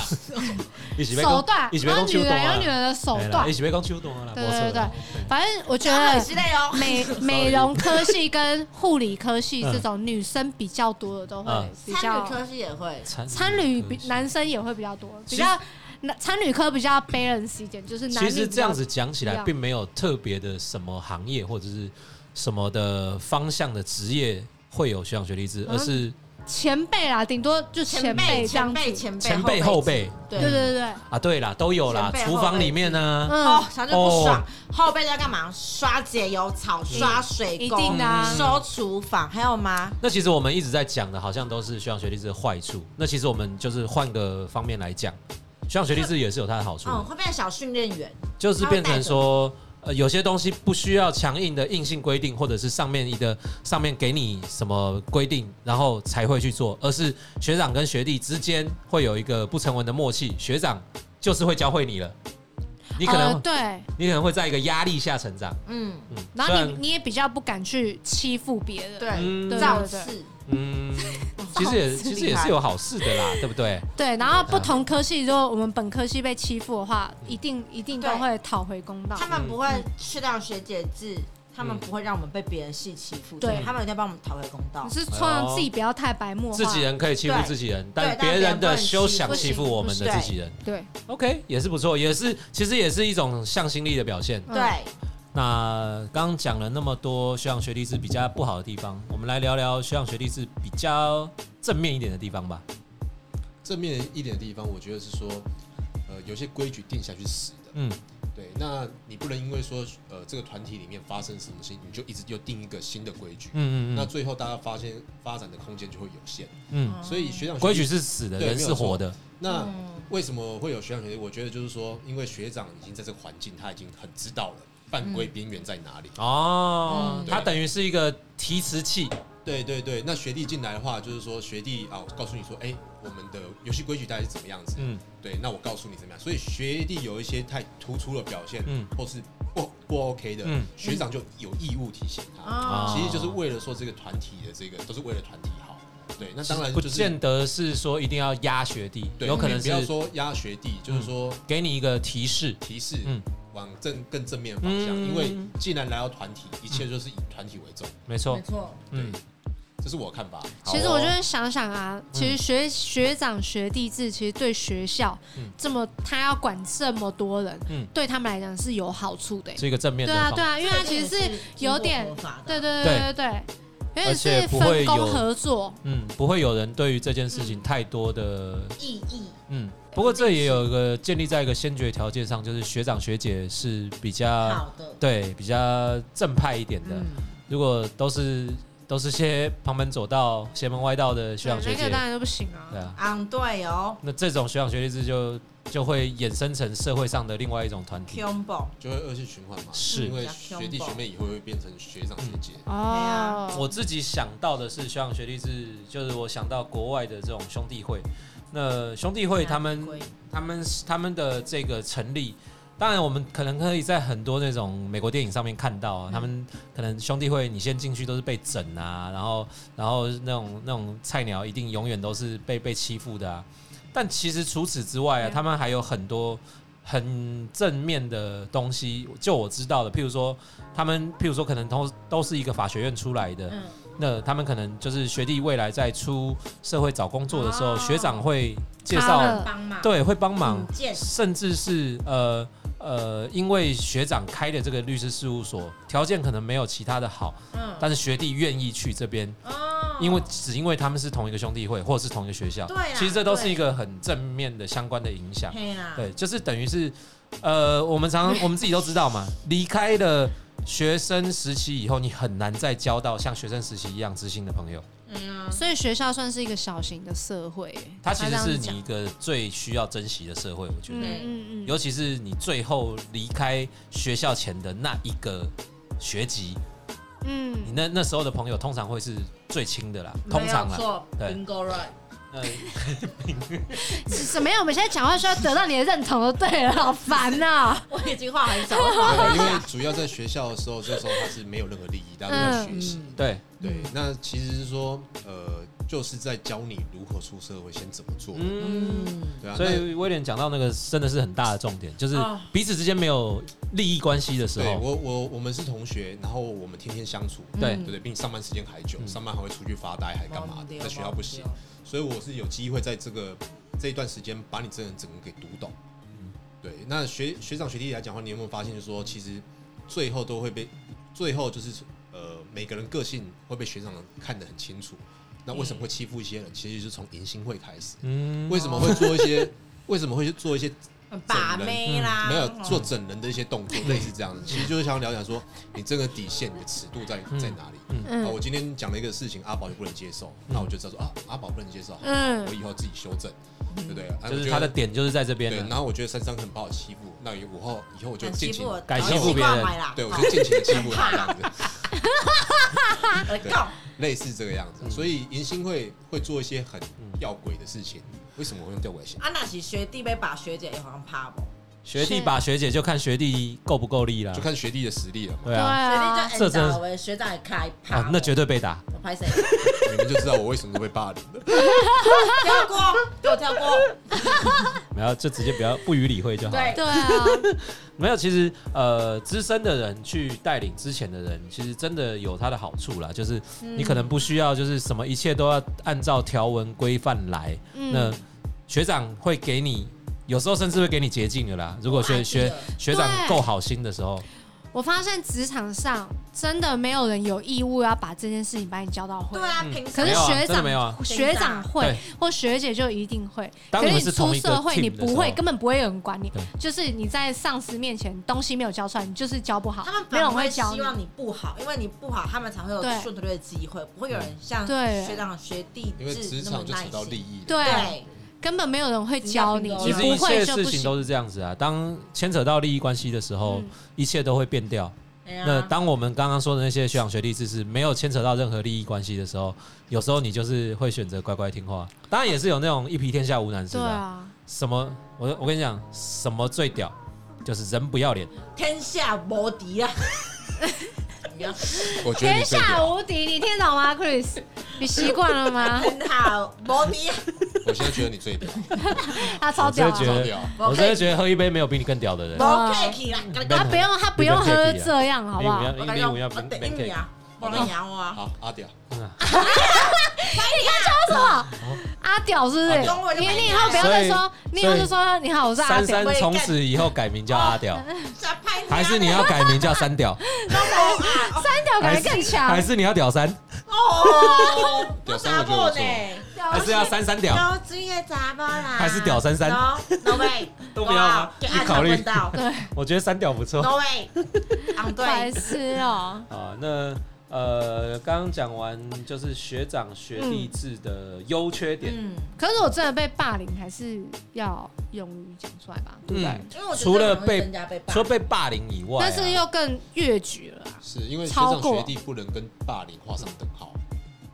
A: 一起被
B: 手段，
A: 一起被
B: 然后
A: 讲
B: 女
A: 手段
B: 人有
A: 啊
B: 女，人的手
A: 嘿啦
B: 段
A: 一，起被讲手段啊啦，
B: 对
A: 没
B: 对
A: 错啦
B: 反正我觉得
C: 之类哦。
B: 美美容科系跟护理科系这种女生比较多的都会
A: 嗯
B: 比
C: 参
B: 较
C: 与科系也会，
A: 参嗯
B: 参旅比男生也会比较多，比较男参旅科比较 balance 一点，就是男
A: 其
B: 女
A: 实
B: 比
A: 这
B: 较
A: 样子讲起
B: 一
A: 来，
B: 样
A: 并没有特别的什么行业或者是什么的方向的职业会有学长学历制，
B: 嗯
A: 而是
B: 前辈啦，顶多就前辈这样
C: 前
B: 子。
C: 辈前辈
A: 前辈后辈
C: 对
B: 对对对对，
A: 啊，对啦，都有啦
C: 前辈，后辈
A: 厨房里面呢，
B: 嗯
C: 哦，，想就不爽。后辈在干嘛？刷解油草，刷水
B: 一
C: 沟，
B: 定的啊
C: 收厨房，还有吗？
A: 那其实我们一直在讲的，好像都是学长学历制的坏处。那其实我们就是换个方面来讲，学长学历制也是有它的好处的
B: 哦
C: 嗯，，会变成小训练员，
A: 就是变成说，呃，有些东西不需要强硬的硬性规定，或者是上面一个上面给你什么规定，然后才会去做，而是学长跟学弟之间会有一个不成文的默契，学长就是会教会你了，你可能、
B: 呃对，
A: 你可能会在一个压力下成长，
C: 嗯，
A: 嗯，
B: 然后
A: 虽
B: 你你也比较不敢去欺负别人，
C: 对，
A: 嗯
B: 对
C: 造次，
A: 嗯，其实也其实也是有好事的啦，对不对？
B: 对，然后不同科系，如果我们本科系被欺负的话，一定一定都
C: 对
B: 会讨回公道
C: 他。们不会去到学姐制，他们不会让我们被别人系欺负，
B: 对
C: 他们一定要帮我们讨回公道
B: 你。是创造自己不要太白目化，
A: 自己人可以欺负
C: 对
A: 自己人，
C: 对
A: 但
C: 但
A: 别
C: 别
A: 人
C: 人不
A: 的
C: 能
A: 休
C: 欺
A: 想
B: 不
A: 欺
B: 行
A: 负我
B: 不
A: 们的
C: 行
A: 自己人。
B: 对，
A: OK，也是不错，也是其实也是一种向心力的表现。
B: 嗯
C: 对，
A: 那刚刚讲了那么多学长学历制比较不好的地方，我们来聊聊学长学历制比较正面一点的地方吧。
D: 正面一点的地方，我觉得是说，呃，有些规矩定下去是死的。
A: 嗯，
D: 对，那你不能因为说，呃，这个团体里面发生什么事情，你就一直又定一个新的规矩。
A: 嗯
D: 那最后大家发现发展的空间就会有限，
C: 哦
A: 嗯
D: 所以学长学弟
A: 规矩是死的，
D: 对
A: 人是活的。
D: 那
C: 嗯
D: 为什么会有学长学弟？我觉得就是说，因为学长已经在这个环境，他已经很知道了犯规边缘在哪里。
A: 哦，
C: 嗯
A: 它等于是一个提词器。
D: 对对对，那学弟进来的话，就是说学弟啊，我告诉你说，哎、我们的游戏规矩大概是怎么样子？
A: 嗯
D: 对，那我告诉你怎么样。所以学弟有一些太突出的表现，
A: 嗯
D: 或是不不 OK 的，
A: 嗯啊
D: 学长就有义务提醒他。
C: 哦，
D: 其实就是为了说这个团体的这个，都是为了团体好。对，那当然
A: 不
D: 就是
A: 见得是说一定要压学弟，
D: 对
A: 有可能
D: 你不要
A: 是嗯
D: 说压学弟，就是说
A: 给你一个提示。
D: 提示
A: 嗯
D: 往正更正面的方向，
A: 嗯
D: 因为既然来到团体，一切就是以团体为重。
A: 没错
C: 没，错，
A: 嗯
D: 对，，这是我看法。
B: 其实
A: 好哦
B: 我就是想想啊，其实学、学长学弟制，其实对学校、
A: 嗯
B: 这么他要管这么多人，
A: 嗯
B: 对他们来讲是有好处的欸、
A: 是一个正面
B: 对
A: 的
B: 啊，
A: 方。
B: 对啊，因为他其实是有点，对
C: 对
B: 对对对对对，有点
A: 而
B: 是
A: 且不会
B: 分
A: 有
B: 工合作，
A: 嗯，不会有人对于这件事
B: 嗯
A: 情太多的
E: 意义，
A: 嗯，不过这也有一个建立在一个先决条件上，就是学长学姐是比较
E: 好的，
A: 对比较正派一点的。
B: 嗯
C: 嗯
A: 如果都是都是些旁门左道、邪门歪道的学长学
B: 对那
A: 姐
B: 个，当然就不行啊
A: 对。啊，
E: 嗯，对哦
A: 那这种学长学弟制就就会衍生成社会上的另外一种团体。
E: ，combo，
D: 就会恶性循环嘛。
A: 是嗯
D: 因为学弟学妹以后会变成学长学姐，
B: 哦，
A: 我自己想到的是学长学弟制，就是我想到国外的这种兄弟会。那兄弟会他们他们他们的这个成立，当然我们可能可以在很多那种美国电影上面看到啊，他们可能兄弟会你先进去都是被整啊，然后然后那种那种菜鸟一定永远都是被被欺负的啊。但其实除此之外啊，
B: 对
A: 他们还有很多很正面的东西，就我知道的，譬如说他们，譬如说可能都都是一个法学院出来的，
E: 嗯
A: 那他们可能就是学弟未来在出社会找工作的时候，
E: 哦嗯
A: 学长会介
B: 他
A: 绍
B: 们，
E: 帮忙，
A: 对，会帮忙。
C: 嗯
E: 引荐，
A: 甚至是呃呃，因为学长开的这个律师事务所条件可能没有其他的好，
E: 嗯，
A: 但是学弟愿意去这边，
E: 哦
A: 因为只因为他们是同一个兄弟会或者是同一个学校，
E: 对啦
A: 其实这都是
E: 对
A: 一个很正面的相关的影响。
E: 嘿啊啦，
C: 啊
A: 对，就是等于是，呃，我们常常我们自己都知道嘛，离开了学生时期以后，你很难再交到像学生时期一样知心的朋友。
E: 嗯啊，
B: 所以学校算是一个小型的社会耶，
A: 它其实
B: 他这
A: 是
B: 样讲
A: 你一个最需要珍惜的社会，我觉得，
B: 嗯嗯嗯，
A: 尤其是你最后离开学校前的那一个学籍，你
B: 嗯，
A: 那那时候的朋友通常会是最亲的啦，
E: 没
A: 通
E: 有
D: 啊
A: 常啦。
E: 错
A: 对
E: ，bingo right，
A: 呃
B: 什么呀？我们现在讲话需要得到你的认同就对了，好烦啊呐！
E: 我已经话很少
D: 对啊
E: 了，
D: 因 为主要在学校的时候，这时候他是没有任何利益，大家都在学习。
E: 嗯，
A: 对，
D: 对，那其实是说，呃，就是在教你如何出社会，先怎么做。
A: 嗯。
D: 对啊，
A: 所以威廉讲到那个真的是很大的重点，就是
E: 哦
A: 彼此之间没有利益关系的时
D: 那对
A: 候，
D: 我我我们是同学，然后我们天天相处，
C: 嗯
A: 对
E: 嗯
D: 对不对？比你上班时间还
A: 嗯
D: 久，上班还会出去发呆，还干嘛的？在学校不行，所以我是有机会在这个这一段时间把你这个人整个给读懂。对，那学学长学弟来讲的话，你有没有发现，就是说其实最后都会被，最后就是呃，每个人个性会被学长看得很清楚。那为什么会欺负一些人？其实就是从迎新会开始。
A: 嗯，
D: 为什么会做一些？为什么会去做一些
E: 把妹啦，
D: 嗯没有
E: 哦
D: 做整人的一些动作，类似这样子，其实就是想要了解说，你这个底线、你的尺度在在哪里？啊，我今天讲了一个事情，阿宝就不能接受，那我就知道说啊，阿宝不能接受，
B: 嗯
A: 啊
D: 我以后自己修正，对不对？啊
A: 就是他的。啊点就是在这
D: 我觉
A: 边
D: 得对，
A: 了。
D: 然后我觉得珊珊很不好欺负，那我后以后我就
E: 敢
D: 尽
E: 欺
D: 情
E: 负，我，
A: 改
E: 早
A: 欺
E: 就
A: 负
E: 习
A: 别
E: 惯
A: 人
E: 买啦
D: 对我就尽情的欺 负他这样子，
E: 来
D: 对
E: 告
D: 类似这个样
A: 嗯
D: 子。所以迎新会会做一些很吊诡的事情，为什么我用吊诡想？
E: 安娜是学弟被把学姐也好像趴不，
A: 学弟把学姐就看学弟够不够力了
D: 就，看学弟的实力了嘛。
A: 对
B: 对
A: 啊，
B: 啊，
E: 学
A: 这
E: 弟就
A: 真
E: N
A: 的
E: 打了，学长也
D: 哦
E: 开趴
A: 啊
E: 我，
A: 那绝对被打。
E: 我拍谁？
D: 你们就知道我为什么会被霸凌了。
E: 跳过，给我跳 过，
A: 没有，就直接不要不予理会就好。
E: 对，
D: 哦
B: 对啊，
A: 没有，其实呃，资深的人去带领之前的人，其实真的有他的好处啦，就是你可
B: 嗯
A: 能不需要就是什么一切都要按照条文规范来，那
B: 嗯，
A: 学长会给你，有时候甚至会给你捷径的啦。如果
B: 哦
A: 学学学长
B: 对
A: 够好心的时候，
B: 我发现职场上真的没有人有义务要把这件事情把你教到会
E: 对，啊，
A: 嗯
E: 平时
B: 可是
A: 没有啊
B: 学
A: 真的没有
B: 长
A: 啊
B: 学长会
A: 对
B: 或学姐就一定会，
A: 当
B: 可
A: 你们
B: 是你
A: 是
B: 出
A: 同一个
B: 社会，你
A: team 的时
B: 不
A: 候
B: 会，，根本不会有人管你
A: 对。
B: 就是你在上司面前东西没有教出来，你就是教不好，
E: 他们
B: 没
E: 反
B: 有
E: 而
B: 人
E: 会
B: 教
E: 希
B: 你。
E: 望你不好，因为你不好，他们才会有
B: 对
E: 顺推的机会，不会有人像
B: 对
E: 学长学弟
D: 因为职
E: 制那么
D: 场就扯到
E: nice
D: 利。益了，
B: 对，
E: 对，
A: 啊
B: 根本没有人会教你，
A: 其
B: 你
E: 其
A: 实
B: 哦不
A: 一
B: 会
A: 切
B: 就不
A: 事情都
B: 行。
A: 是这样子啊。当牵扯到利益关系的时候
B: 嗯，啊
A: 一切都会变掉。
E: 哎呀
A: 那当我们刚刚说的那些学长学弟制是没有牵扯到任何利益关系的时候，有时候你就是会选择乖乖听话。当然也是有那种一皮天下无难事
B: 对
A: 的啊、
B: 啊，
A: 什么我我跟你讲，什么最屌，就是人不要脸。
E: 天下无敌 啊！
D: 我觉得你
B: 天
D: 最
B: 下
D: 屌。
B: 无敌，你听懂吗，Chris？你习惯了 吗？
E: 天下无敌，啊
D: 我现在觉得你最屌，
B: 他超屌
A: 我真的觉！
B: 啊
A: 得
D: 超屌。
A: 我真的觉得喝一杯没有比你更屌的人
E: 无。客气啦，
B: 他不用，他不用喝这样，好不好？
A: 啊你你你要
E: 我
A: 不要
E: 得啊
A: 不要
E: 硬呀，不能赢我啊！
D: 好，阿屌，
B: 阿屌是不是
D: 阿
E: 屌？
B: 你你以后不要再说，你以后就说你好，我是阿
A: 珊
B: 屌
A: 珊。从此以后改名叫阿 屌，
E: 再拍啊
A: 还是你要改名叫三屌，
E: 那我
B: 哦三屌感
A: 还
B: 觉
A: 是
B: 更强哦
A: 还，是你要屌三？
E: 我哦，
D: 屌三我觉得不错
A: 还是要三三屌，
B: 哦
E: 高职业杂包啦，
A: 还是屌三三
E: no no way， 啊
A: 都不要吗
E: 给
A: 你
E: 暗
A: 考
E: 场
A: 虑
E: 问到
A: 我觉得三屌不错。
B: 哦
E: no way，昂
B: 白
E: 对，
B: 痴哦。
A: 啊，那呃，刚刚讲完就是学长学弟制的优缺点，
E: 嗯，
B: 可是我真的被霸凌，还是要勇于讲出来吧。
A: 对不对啊
D: 嗯
E: 因为我觉得
A: 除了
E: 很容易
A: 被
E: 增加被霸
A: 除了被霸凌以外啊、
B: 但是又更越矩了啊。
D: 是因为学
B: 超
D: 长
B: 过
D: 学弟不能跟霸凌画上等号，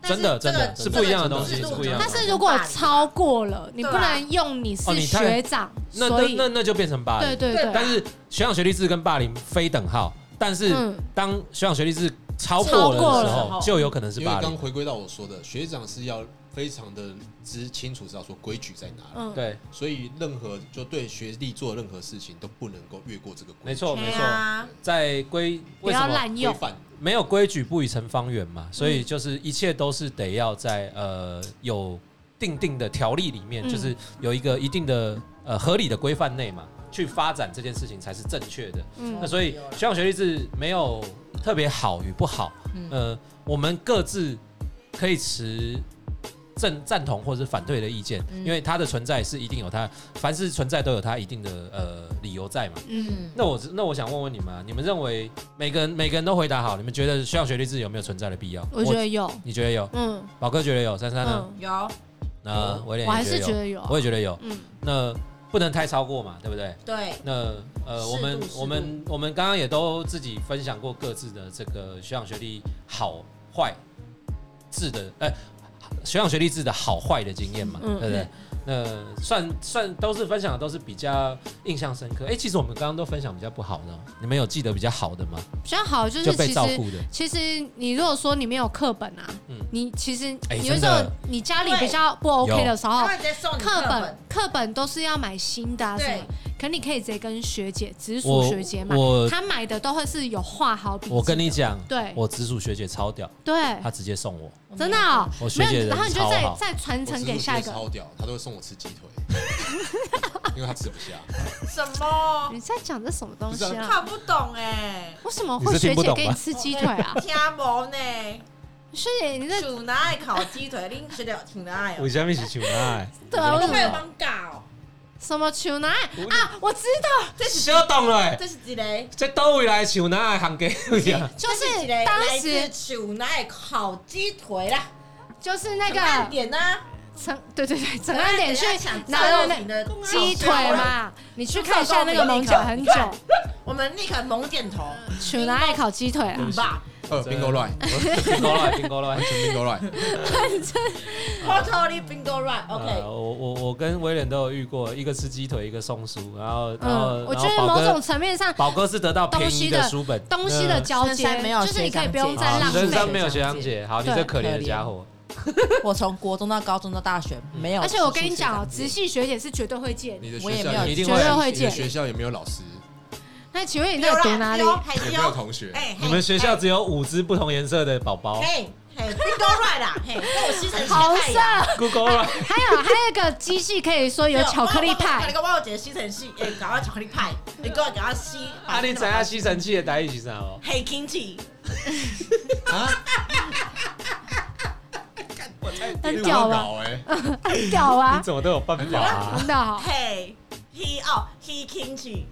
E: 但
A: 真
E: 是
A: 的
E: 这
A: 真
E: 个
A: 的是
E: 这
A: 不
E: 个
A: 一样的
E: 程
A: 东
E: 度
A: 西，
E: 是
A: 是不一样的
B: 但
E: 多
A: 东
B: 是
A: 西。
B: 如果超过了，你
E: 对
B: 不
E: 啊
B: 能用你
A: 啊哦
B: 是
A: 你太
B: 学长，
A: 那
B: 所
A: 那
B: 以
A: 那那就变成霸凌。
B: 对对
E: 对
B: 对，
A: 但是学长学弟制跟霸凌非等号，但是
B: 嗯
A: 当学长学弟制超
B: 超
A: 过了
B: 过
A: 的时
B: 了
A: 候，就有可能是
D: 因为
A: 霸
D: 刚
A: 凌。
D: 回归到我说的，学长是要非常的知清楚知道说规矩在哪里，
B: 嗯，
A: 对，
D: 所以任何就对学弟做任何事情都不能够越过这个规
A: 没
D: 矩
A: 错没
E: 对
A: 错，
E: 啊，
A: 在规
B: 不
A: 为
B: 要
A: 什么
B: 滥
D: 规
B: 用。
D: 范。
A: 没有规矩不以成方圆
E: 嗯
A: 嘛？所以就是一切都是得要在呃有定定的条例里面，
B: 嗯
A: 就是有一个一定的呃合理的规范内嘛，去发展这件事情才是正确的。那
B: 嗯，
A: 所以学长学历制没有特别好与不好，
E: 嗯
A: 呃，我们各自可以持正赞同或者是反对的意见，
E: 嗯
A: 因为它的存在是一定有它，凡是存在都有它一定的呃理由在嘛。
E: 嗯，
A: 那我那我想问问你们、啊，你们认为每个人每个人都回答好，你们觉得学长学历制有没有存在的必要？
B: 我觉得有，
A: 你觉得有，
B: 嗯
A: 宝哥觉得有，珊珊呢？
B: 嗯，
E: 有
A: 那威廉
B: 我还
A: 也
B: 是觉
A: 觉得
B: 得有
A: 有，
B: 啊，
A: 我也觉得有。
B: 嗯，
A: 那不能太超过嘛，对不对？
E: 对，
A: 那呃，
E: 适度
A: 我们
E: 适度
A: 我们我们刚刚也都自己分享过各自的这个学长学历好坏制的，呃，学长学历制的好坏的经验嘛，
B: 嗯
A: 对不对？那算算都是分享的，都是比较印象深刻。哎、其实我们刚刚都分享比较不好的哦，你们有记得比较好的吗？
B: 比较好就
A: 就是被
B: 其
A: 照
B: 实。
A: 顾的，
B: 其实你如果说你没有课本啊，
A: 嗯
B: 你其实
A: 哎
B: 有
A: 真
B: 时候
A: 的
B: 你家里比较不 OK 的时候
E: 他，会直接送你
B: 哦课
E: 课
B: 本
E: 本，
B: 课本都是要买新的、啊，什么
E: 对？
B: 可你可以直接跟学姐、直属
A: 我
B: 学姐买，
A: 我
B: 她买的都会是有画好笔记的。
A: 我跟你讲，
B: 对
A: 我直属学姐超屌，
B: 对，
A: 她直接送我，
B: 真的哦、
A: 我学
B: 没
A: 姐
B: 有，然后
A: 人
B: 你就
A: 超
B: 再
A: 好，
B: 再传
D: 我
B: 承给
D: 侄子
B: 下一
D: 觉得
B: 个。
D: 超屌，他都会送我吃鸡腿，因为他吃不下。
E: 什么
B: 你在讲这什么东西
D: 不
B: 啊？
E: 看不懂哎，？
B: 为什么
A: 你
B: 会
A: 是听
B: 学
A: 不
B: 姐
A: 懂
B: 给你
A: 吧
B: 吃鸡腿啊
E: 听无呢，
B: 学姐，你在
E: 主哪爱烤鸡腿，恁觉得挺爱哦，
A: 什么是求爱？
B: 对啊
E: 我
B: 为什
E: 都
B: 么
E: 没有帮搞，
B: 什么球男
A: 我
B: 啊？我知道，
E: 这是
A: 小懂了，
E: 这是一个。
A: 这都未来求爱行给 呀。
B: 就是当时
E: 手拿烤鸡腿啦，
B: 就是那
E: 慢
B: 个
E: 点啊呐，
B: 陈，对对对，陈安点去
E: 啊
B: 拿
E: 拿
B: 了
E: 那
B: 那
E: 的
B: 鸡腿？嘛，你去看一下那个蒙
E: 就
B: 脚
E: 是
B: 很
E: 你
B: 久，
E: 看我们立刻猛点头，
B: 球男爱烤鸡腿啊。
E: 吧，
D: 呃
A: 真的
D: ，bingo right，
A: 冰糕了，冰糕了。
D: 全 bingo right。
E: ，totally bingo right，OK，
A: 呃，我我我跟威廉都有遇过，一个吃鸡腿，一个送书，然后然后、
B: 嗯，我
A: 然
B: 觉
A: 后
B: 得
A: 宝
B: 某
A: 哥嗯
B: 种层面上，
A: 宝哥是得到便
B: 东
A: 宜
B: 西
A: 的
B: 的
A: 书本，
B: 东西的交接
C: 深山没有
B: 就是你可以不用
C: 学
A: 嗯
C: 长
B: 再
A: 好
B: 浪
A: 人生
B: 费。
A: 没有学长姐，好，你这
C: 对
A: 可怜的
C: 可怜
A: 家伙，
C: 我从国中到高中到大学没有，
B: 而且我跟你讲哦，直系学姐是绝对会借你。
D: 你的
C: 我
D: 学
C: 也没
D: 校
C: 有
A: 一
D: 也
A: 定
B: 绝对
A: 会。
B: 会
D: 你的
B: 借。
D: 学校有没有老师？
B: 那请问你在读哪里？
E: 还
D: 有
E: 是
D: 没有同学？
E: 哎，
A: 你们学校只有五只不同颜色的宝宝
E: 嘿，嘿，bingo right 啦，嘿，跟我吸尘器
B: 桃
E: 太
B: 色，
E: 阳。
A: ，Google 了，
B: 还有还有一个机器可以说有巧克力
E: 你
B: 派，
E: 给我姐吸尘器，哎，搞到巧克力派，你给我给它吸，
A: 啊，你怎样吸尘器的代一起上哦？
E: 黑 k i n g y
D: 啊
B: 很屌吧？
D: 老哎，
B: 很屌啊
A: 你！怎么都有办法啊？
B: 真的 好。
E: 嘿，he 哦，he k i n g y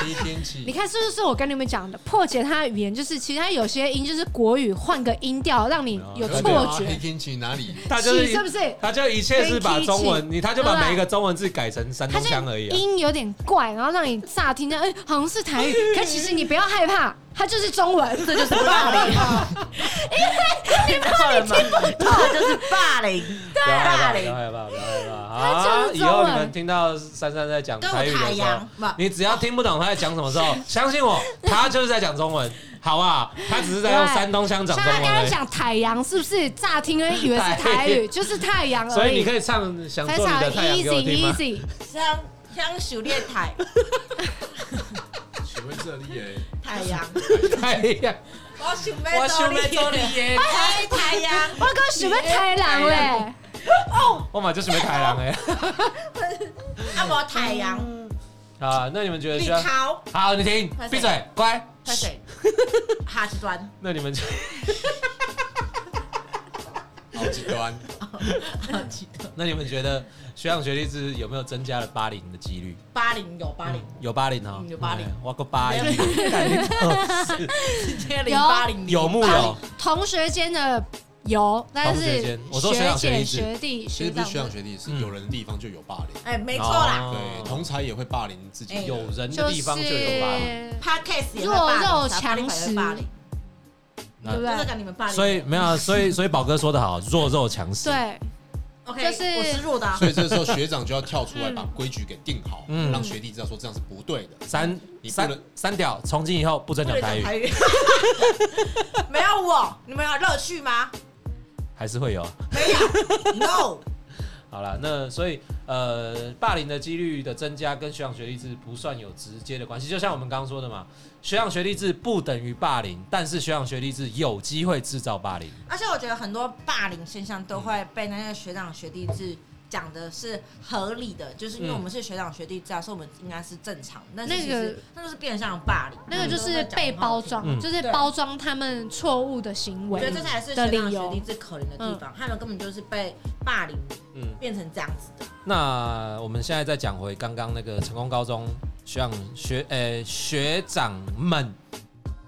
D: 第一天
B: 你
D: 气，
B: 看，是不是我跟你们讲的破解他的语言，就是其实他有些音就是国语换个音调，让你有
A: 啊
B: 错
D: 啊黑
B: 觉，
D: 天气哪里？
A: 他就是
B: 气是不是？
A: 他就一切是把中文，你他就把
B: 对吧
A: 每一个中文字改成山
B: 他
A: 东
B: 就
A: 腔而已、啊。
B: 音有点怪，然后让你乍听到，哎、好像是台语，可其实你不要害怕， 它就是中文，这就是
E: 霸凌，
A: 怕了吗？
E: 哦这就是霸凌，
A: 不要害怕，不要
E: 霸凌，
A: 害怕，不要害怕
B: 他
A: 啊！
B: 就是
A: 以
B: 中文
A: 后你们听到珊珊在讲
E: 跟
A: 台语的
E: 我太
A: 时候
E: 阳，，不，
A: 你只要听不懂他在讲什么时候，相信我，他就是在讲中文，好不好？他只是在用
B: 对
A: 山东腔 讲
B: 像
A: 中
B: 他
A: 文
B: 刚刚
A: 而已。
B: 讲太阳，是不是乍听哎以为是台语，就是太阳而已。
A: 所以你可以唱《想
B: 非
A: 做你
B: 常
A: 的太阳》给我听 吗？
B: easy easy，
E: 香香手列台
D: 请问这里哎，
E: 太阳，
A: 太阳，
E: 我想要做你
A: 耶！
B: 哎
E: 太太阳，
B: 我讲什么太郎
A: 哎
B: 嘞？
A: 我嘛就是没太阳哎。
E: 啊无太阳，
A: 啊，那你们觉得
E: 你
A: 需要？
E: 头
A: 好，你停， 闭嘴，乖。
E: 太水，哈士端，
A: 那你们觉
D: 好极端。
A: 那你们觉得学长学弟制有没有增加了八零的几率？
C: 八零有八零，
A: 有八零哈，
C: 嗯有80
A: 哎，哇个八零，干你这种事
C: 直接零八零
A: 有木有？
B: 同学间的有，但
A: 同学
B: 是
A: 间我说学长学弟
B: 姐、
A: 制
B: 学弟、
D: 其实
B: 学
D: 不是
B: 长
D: 学长学弟，是
A: 嗯
D: 有人的地方就有霸凌。
C: 哎，没错啦
A: 哦
D: 对，同才也会霸凌自己
C: 哎
D: 的。
A: 有人
B: 就
A: 的
B: 是
A: 地方就有八零，
C: ，Podcast 也会
B: 弱
C: 霸凌
B: 肉
C: 啥，Spotify
B: 强食
C: 也会霸凌，
A: 那
B: 对不
C: 真的
B: 对？
C: 讲你们霸凌我，
A: 所以没有啊，所以所以宝哥说的好，弱肉强食。，
B: 对，
C: OK，
B: 就是
C: 我是弱的啊，
D: 所以这时候学长就要跳出来把
B: 嗯
D: 规矩给定好，
A: 嗯
D: 让学弟知道说这样是不对的。
A: 三
D: 你不
A: 三
D: 能
A: 三屌，从今以后不准
C: 不
A: 讲
C: 能
A: 台
C: 讲
A: 语，
C: 台语， 没有我，你们有乐趣吗？
A: 还是会有。
C: 没有，No，
A: 好了，那所以呃，霸凌的几率的增加跟学长学历制不算有直接的关系，就像我们刚刚说的嘛，学长学历制不等于霸凌，但是学长学历制有机会制造霸凌。
C: 而且我觉得很多霸凌现象都会被那些学长学弟制讲的是合理的，就是因为
A: 嗯
C: 我们是学长学弟制啊，所以我们应该是正常。但是
B: 那
C: 其
B: 个
C: 实那就是变相霸凌，
B: 那个就是被包。装，
A: 嗯
B: 就是包装他们错误的行
C: 我觉得
B: 为
C: 这才是学
B: 的
C: 长
B: 理
C: 学弟
B: 由。
C: 制可怜的地方，他们根本就是被霸凌
A: 嗯，
C: 变成这样子的。
A: 那我们现在再讲回刚刚那个成功高中学长学呃、学长们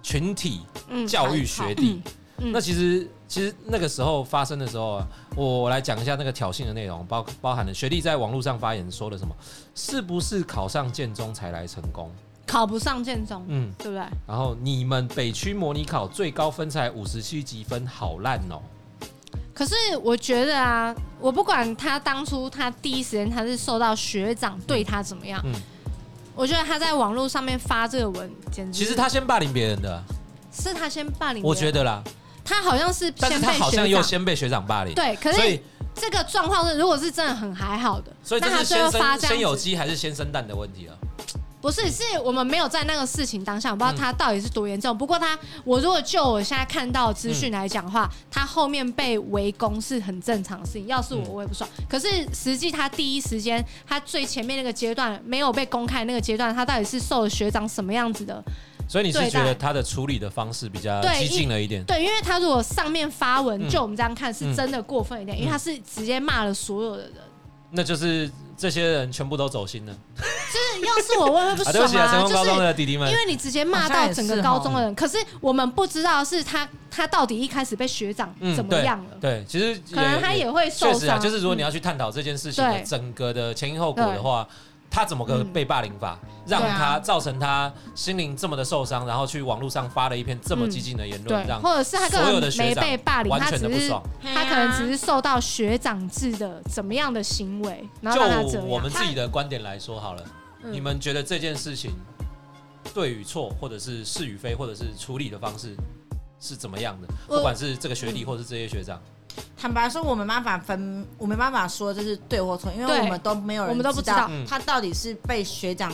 A: 群体
B: 嗯
A: 教育学弟。
B: 嗯嗯
A: 那其实其实那个时候发生的时候啊，我来讲一下那个挑衅的内容，包包含了学弟在网络上发言说了什么，是不是考上建中才来成功？
B: 考不上建中，
A: 嗯，
B: 对不对？
A: 然后你们北区模拟考最高分才五十七级分，好烂哦、
B: 可是我觉得啊，我不管他当初他第一时间他是受到学长对他怎么样，
A: 嗯
B: 我觉得他在网络上面发这个文，简直
A: 其实他先霸凌别人的，
B: 是他先霸嗯凌别人，
A: 我觉得啦，
B: 他好像是
A: 但是
B: 先
A: 他
B: 被
A: 好像
B: 学
A: 又
B: 长
A: 先被学长霸凌，
B: 对，可
A: 所
B: 是
A: 以
B: 这个状况是如果是真的很还好的，
A: 所以这
B: 那他
A: 是
B: 就会
A: 先
B: 发
A: 生
B: 这
A: 先有
B: 样子。
A: 鸡还是先生蛋的问题了。啊
B: 不是，
A: 嗯
B: 是我们没有在那个事情当下，我不知道他到底是多严重。不过他，我如果就我现在看到的资
A: 嗯
B: 讯来讲的话，他后面被围攻是很正常的事情。要是我，
A: 嗯
B: 我也不爽。可是实际他第一时间，他最前面那个阶段没有被公开那个阶段，他到底是受了学长什么样子的？
A: 所以你是
B: 对
A: 觉
B: 但
A: 得他的处理的方式比较
B: 对
A: 激
B: 一
A: 进了一点？
B: 对，因为他如果上面发文，
A: 嗯
B: 就我们这样看是
A: 嗯
B: 真的过分一点，因为他是直接骂了所有的人。
A: 那就是这些人全部都走心了
B: 就是要是我，我也会不
A: 啊！
B: 爽
A: 对不起啊，成功
B: 就
A: 高
B: 是
A: 中的弟弟们
B: 因，为你直接骂到整个高中的人，可是我们不知道是他他到底一开始被学长怎么样了，
A: 嗯对，其实
B: 可能他也会受
A: 确实啊，
B: 伤。
A: 就是如果你
B: 嗯
A: 要去探讨这件事情的
B: 对嗯
A: 整个的前因后果的话，他怎么个被霸凌法，让
C: 对啊
A: 他造成他心灵这么的受伤，然后去网络上发了一篇这么激进的言论，
B: 嗯对，
A: 让
B: 或者是他
A: 所有
B: 根
A: 的
B: 本
A: 学
B: 没
A: 长
B: 被霸凌，
A: 完
B: 他
A: 全的
B: 只
A: 不
B: 是
A: 爽。
C: 啊
B: 他可能只是受到学长制的怎么样的行为，然后让他这
A: 就我们
B: 样。
A: 自己的观点来说好了，
B: 嗯
A: 你们觉得这件事情对与错，或者是是与非，或者是处理的方式是怎么样的？
B: 我
A: 不管是这个学历，或是这些学长，
C: 坦白说，我没办法分，我没办法说这是对或错，因为
B: 对
C: 我们都没有人，
B: 我们都不知道
A: 嗯
C: 他到底是被学长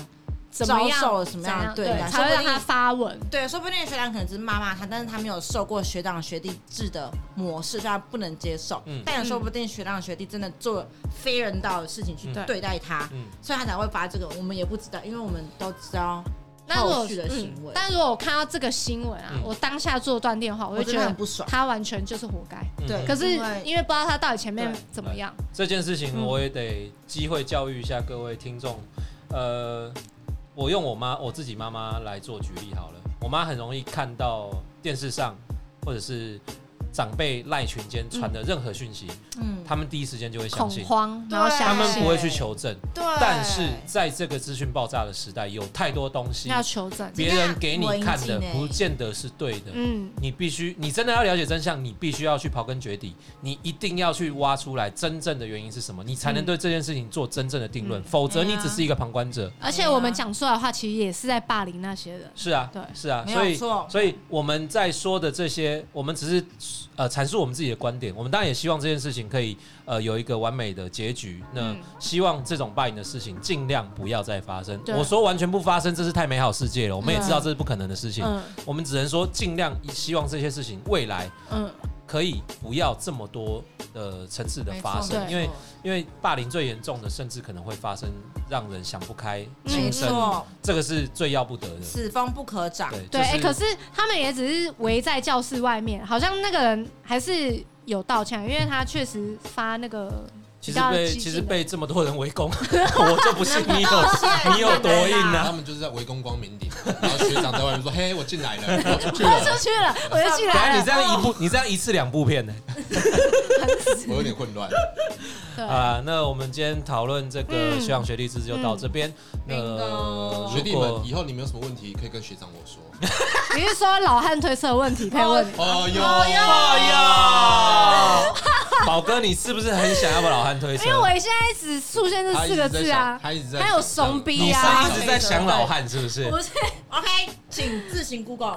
B: 怎么
C: 遭受
B: 样？
C: 了什么样的
B: 对
C: 对啊待
B: 才会
C: 说
B: 让
C: 不定
B: 他发文？
C: 对，说不定学长可能只是骂骂他，但是他没有受过学长学弟制的模式，所以他不能接受。
A: 嗯
C: 但也说不定学长学弟真的做了非人道的事情去
A: 嗯
C: 对待他，
A: 嗯，
C: 所以他才会发这个。我们也不知道，因为我们都知道
B: 那如
C: 后
B: 果嗯
C: 续的行为，
B: 但如果我看到这个新闻啊
A: 嗯，
B: 我当下做断电话，我
C: 我
B: 会
C: 觉
B: 觉
C: 得很
B: 得
C: 不爽。
B: 他完全就是活该。
A: 嗯
C: 对
B: 可是
C: 因为
B: 因为不知道他到底前面
C: 对
B: 怎么样，
A: 这件事情
B: 嗯
A: 我也得机会教育一下各位听众。呃，我用我妈我自己妈妈来做举例好了。我妈很容易看到电视上或者是长辈赖群间传的任何讯息，
C: 嗯，
A: 他们第一时间就会相
B: 恐
A: 信，
B: 慌，然后
A: 他
C: 对
B: 相
A: 们
B: 信
A: 不，会去求证。
C: 对。
A: 但是在这个资讯爆炸的时代，有太多东西
B: 要求证。
A: 别人给你看的
C: 我已经欸
A: 不见得是对的。
B: 嗯，
A: 你必须，你真的要了解真相，你必须要去刨根掘底，你一定要去挖出来真正的原因是什么，你才能对这件事情做真正的定论，
B: 嗯
A: 否则
C: 哎
A: 你
C: 呀
A: 只是一个旁观者。
B: 而且我们讲出来的话，其实也是在霸凌那些人。
A: 是啊
B: 对，
A: 是啊，
C: 没
A: 所
C: 有
A: 以
C: 错
A: 所以我们在说的这些，我们只是呃阐述我们自己的观点，我们当然也希望这件事情可以呃有一个完美的结局。那
B: 嗯
A: 希望这种霸凌的事情尽量不要再发生。
B: 对
A: 我说完全不发生，这是太美好世界了，我们也知道这是不可能的事情，
B: 嗯
A: 我们只能说尽量希望这些事情未来
B: 嗯，
A: 可以不要这么多的层次的发
B: 没
A: 生，
B: 错
A: 因为因为霸凌最严重的，甚至可能会发生让人想不开、
B: 嗯
A: 轻
C: 没
A: 生，
C: 错，
A: 这个是最要不得的。
C: 此风不可长。
A: 对，
B: 对。
A: 就是
B: 哎，可是他们也只是围在教室外面，好像那个人还是有道歉，因为他确实发那个
A: 其
B: 比
A: 实
B: 较
A: 被
B: 激
A: 其实
B: 进的
A: 被这么多人围攻，我就不信你有你有多硬
D: 他
A: 啊！
D: 们就是在围攻光明顶，然后学长在外面说：“嘿，我进来了，我出 去
B: 我出
D: 了。
B: 去了，我就进
A: 等下
B: 来
A: 你
B: 了
A: 这。样一部，你这样一次两部片呢？”
D: 我有点混乱。
B: 对，
A: 啊，那我们今天讨论这个
B: 嗯
A: 学长学弟制就到这边。
C: 嗯
A: 呃
E: 哦
B: 哦
A: 那
D: 学弟
A: 如果
D: 们，以后你们有什么问题可以跟学长我 说。
B: 你是说老汉推测的问题可以问你？
D: 哦哟，
A: 哎呦，哎宝哥，你是不是很想要把老汉推车？
B: 因为我现在只出现这
D: 他一
B: 四
D: 直
B: 个
D: 在
B: 字
D: 想
B: 啊，
D: 他一直在
B: 还有
D: 想
B: 怂逼
A: 你
B: 啊
A: 是一直在想老汉是不是？
B: 不是
E: OK，请自 行 Google。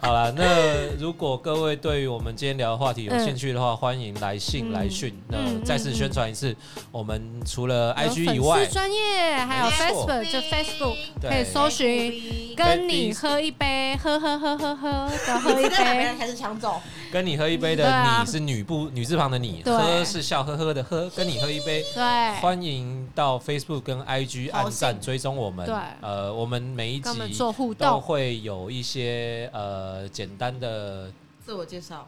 A: 好了，那如果各位对于我们今天聊的话题有兴趣的话，欢迎来信
B: 嗯
A: 来讯。那
B: 嗯
A: 再次宣传一次，我们除了 IG 以
B: 有粉
A: 外
B: 丝，专业还有
A: 没错
B: Facebook 呃就 Facebook
A: 对
B: 可以搜寻。跟你喝一杯，喝喝喝喝喝的喝一
E: 你在哪边
B: 杯，
E: 还是抢走？
A: 跟你喝一杯
B: 对
A: 的
B: 啊
A: 你是女部女字旁的你，
B: 对
A: 喝是笑呵呵的喝，跟你喝一杯。
B: 对，
A: 欢迎到 Facebook 跟 IG 按赞追踪我们。
B: 对
A: 呃，我们每一
B: 跟我们
A: 集
B: 做互
A: 都
B: 动，
A: 会有一些呃简单的
E: 自我介绍，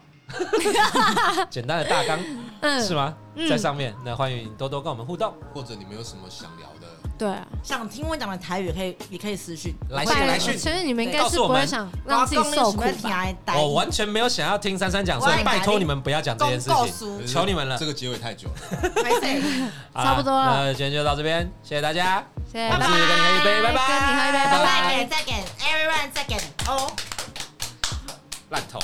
A: 简单的大纲，是
B: 嗯，
A: 吗？
B: 嗯
A: 在上面，那欢迎多多跟我们互动。
D: 或者你们有什么想聊的？
B: 对啊，
E: 想听我讲的台语可以，也可以私讯。
A: 来信
B: 反
A: 来
B: 正
A: 信。
B: 其实你们应该
A: 告
B: 是
A: 诉我
B: 不
A: 们
B: 会想让自己受苦吧？
E: 吧
A: 哦我完全没有想要听珊珊讲，所
E: 我
A: 以
E: 也
A: 拜托你们不要讲这件事情。
E: 俗
A: 求你们了
D: 这个结尾太久了。
E: 没 事，
A: 好
B: 差不多了
A: 那今天就到这边，谢谢大家。
B: 谢谢，
A: 我
B: 拜
A: 们
B: 拜
A: 是，跟你喝一杯，拜拜。
B: 跟你喝一杯，拜拜。
E: 再给，再给，everyone 再给，哦。
A: 烂头。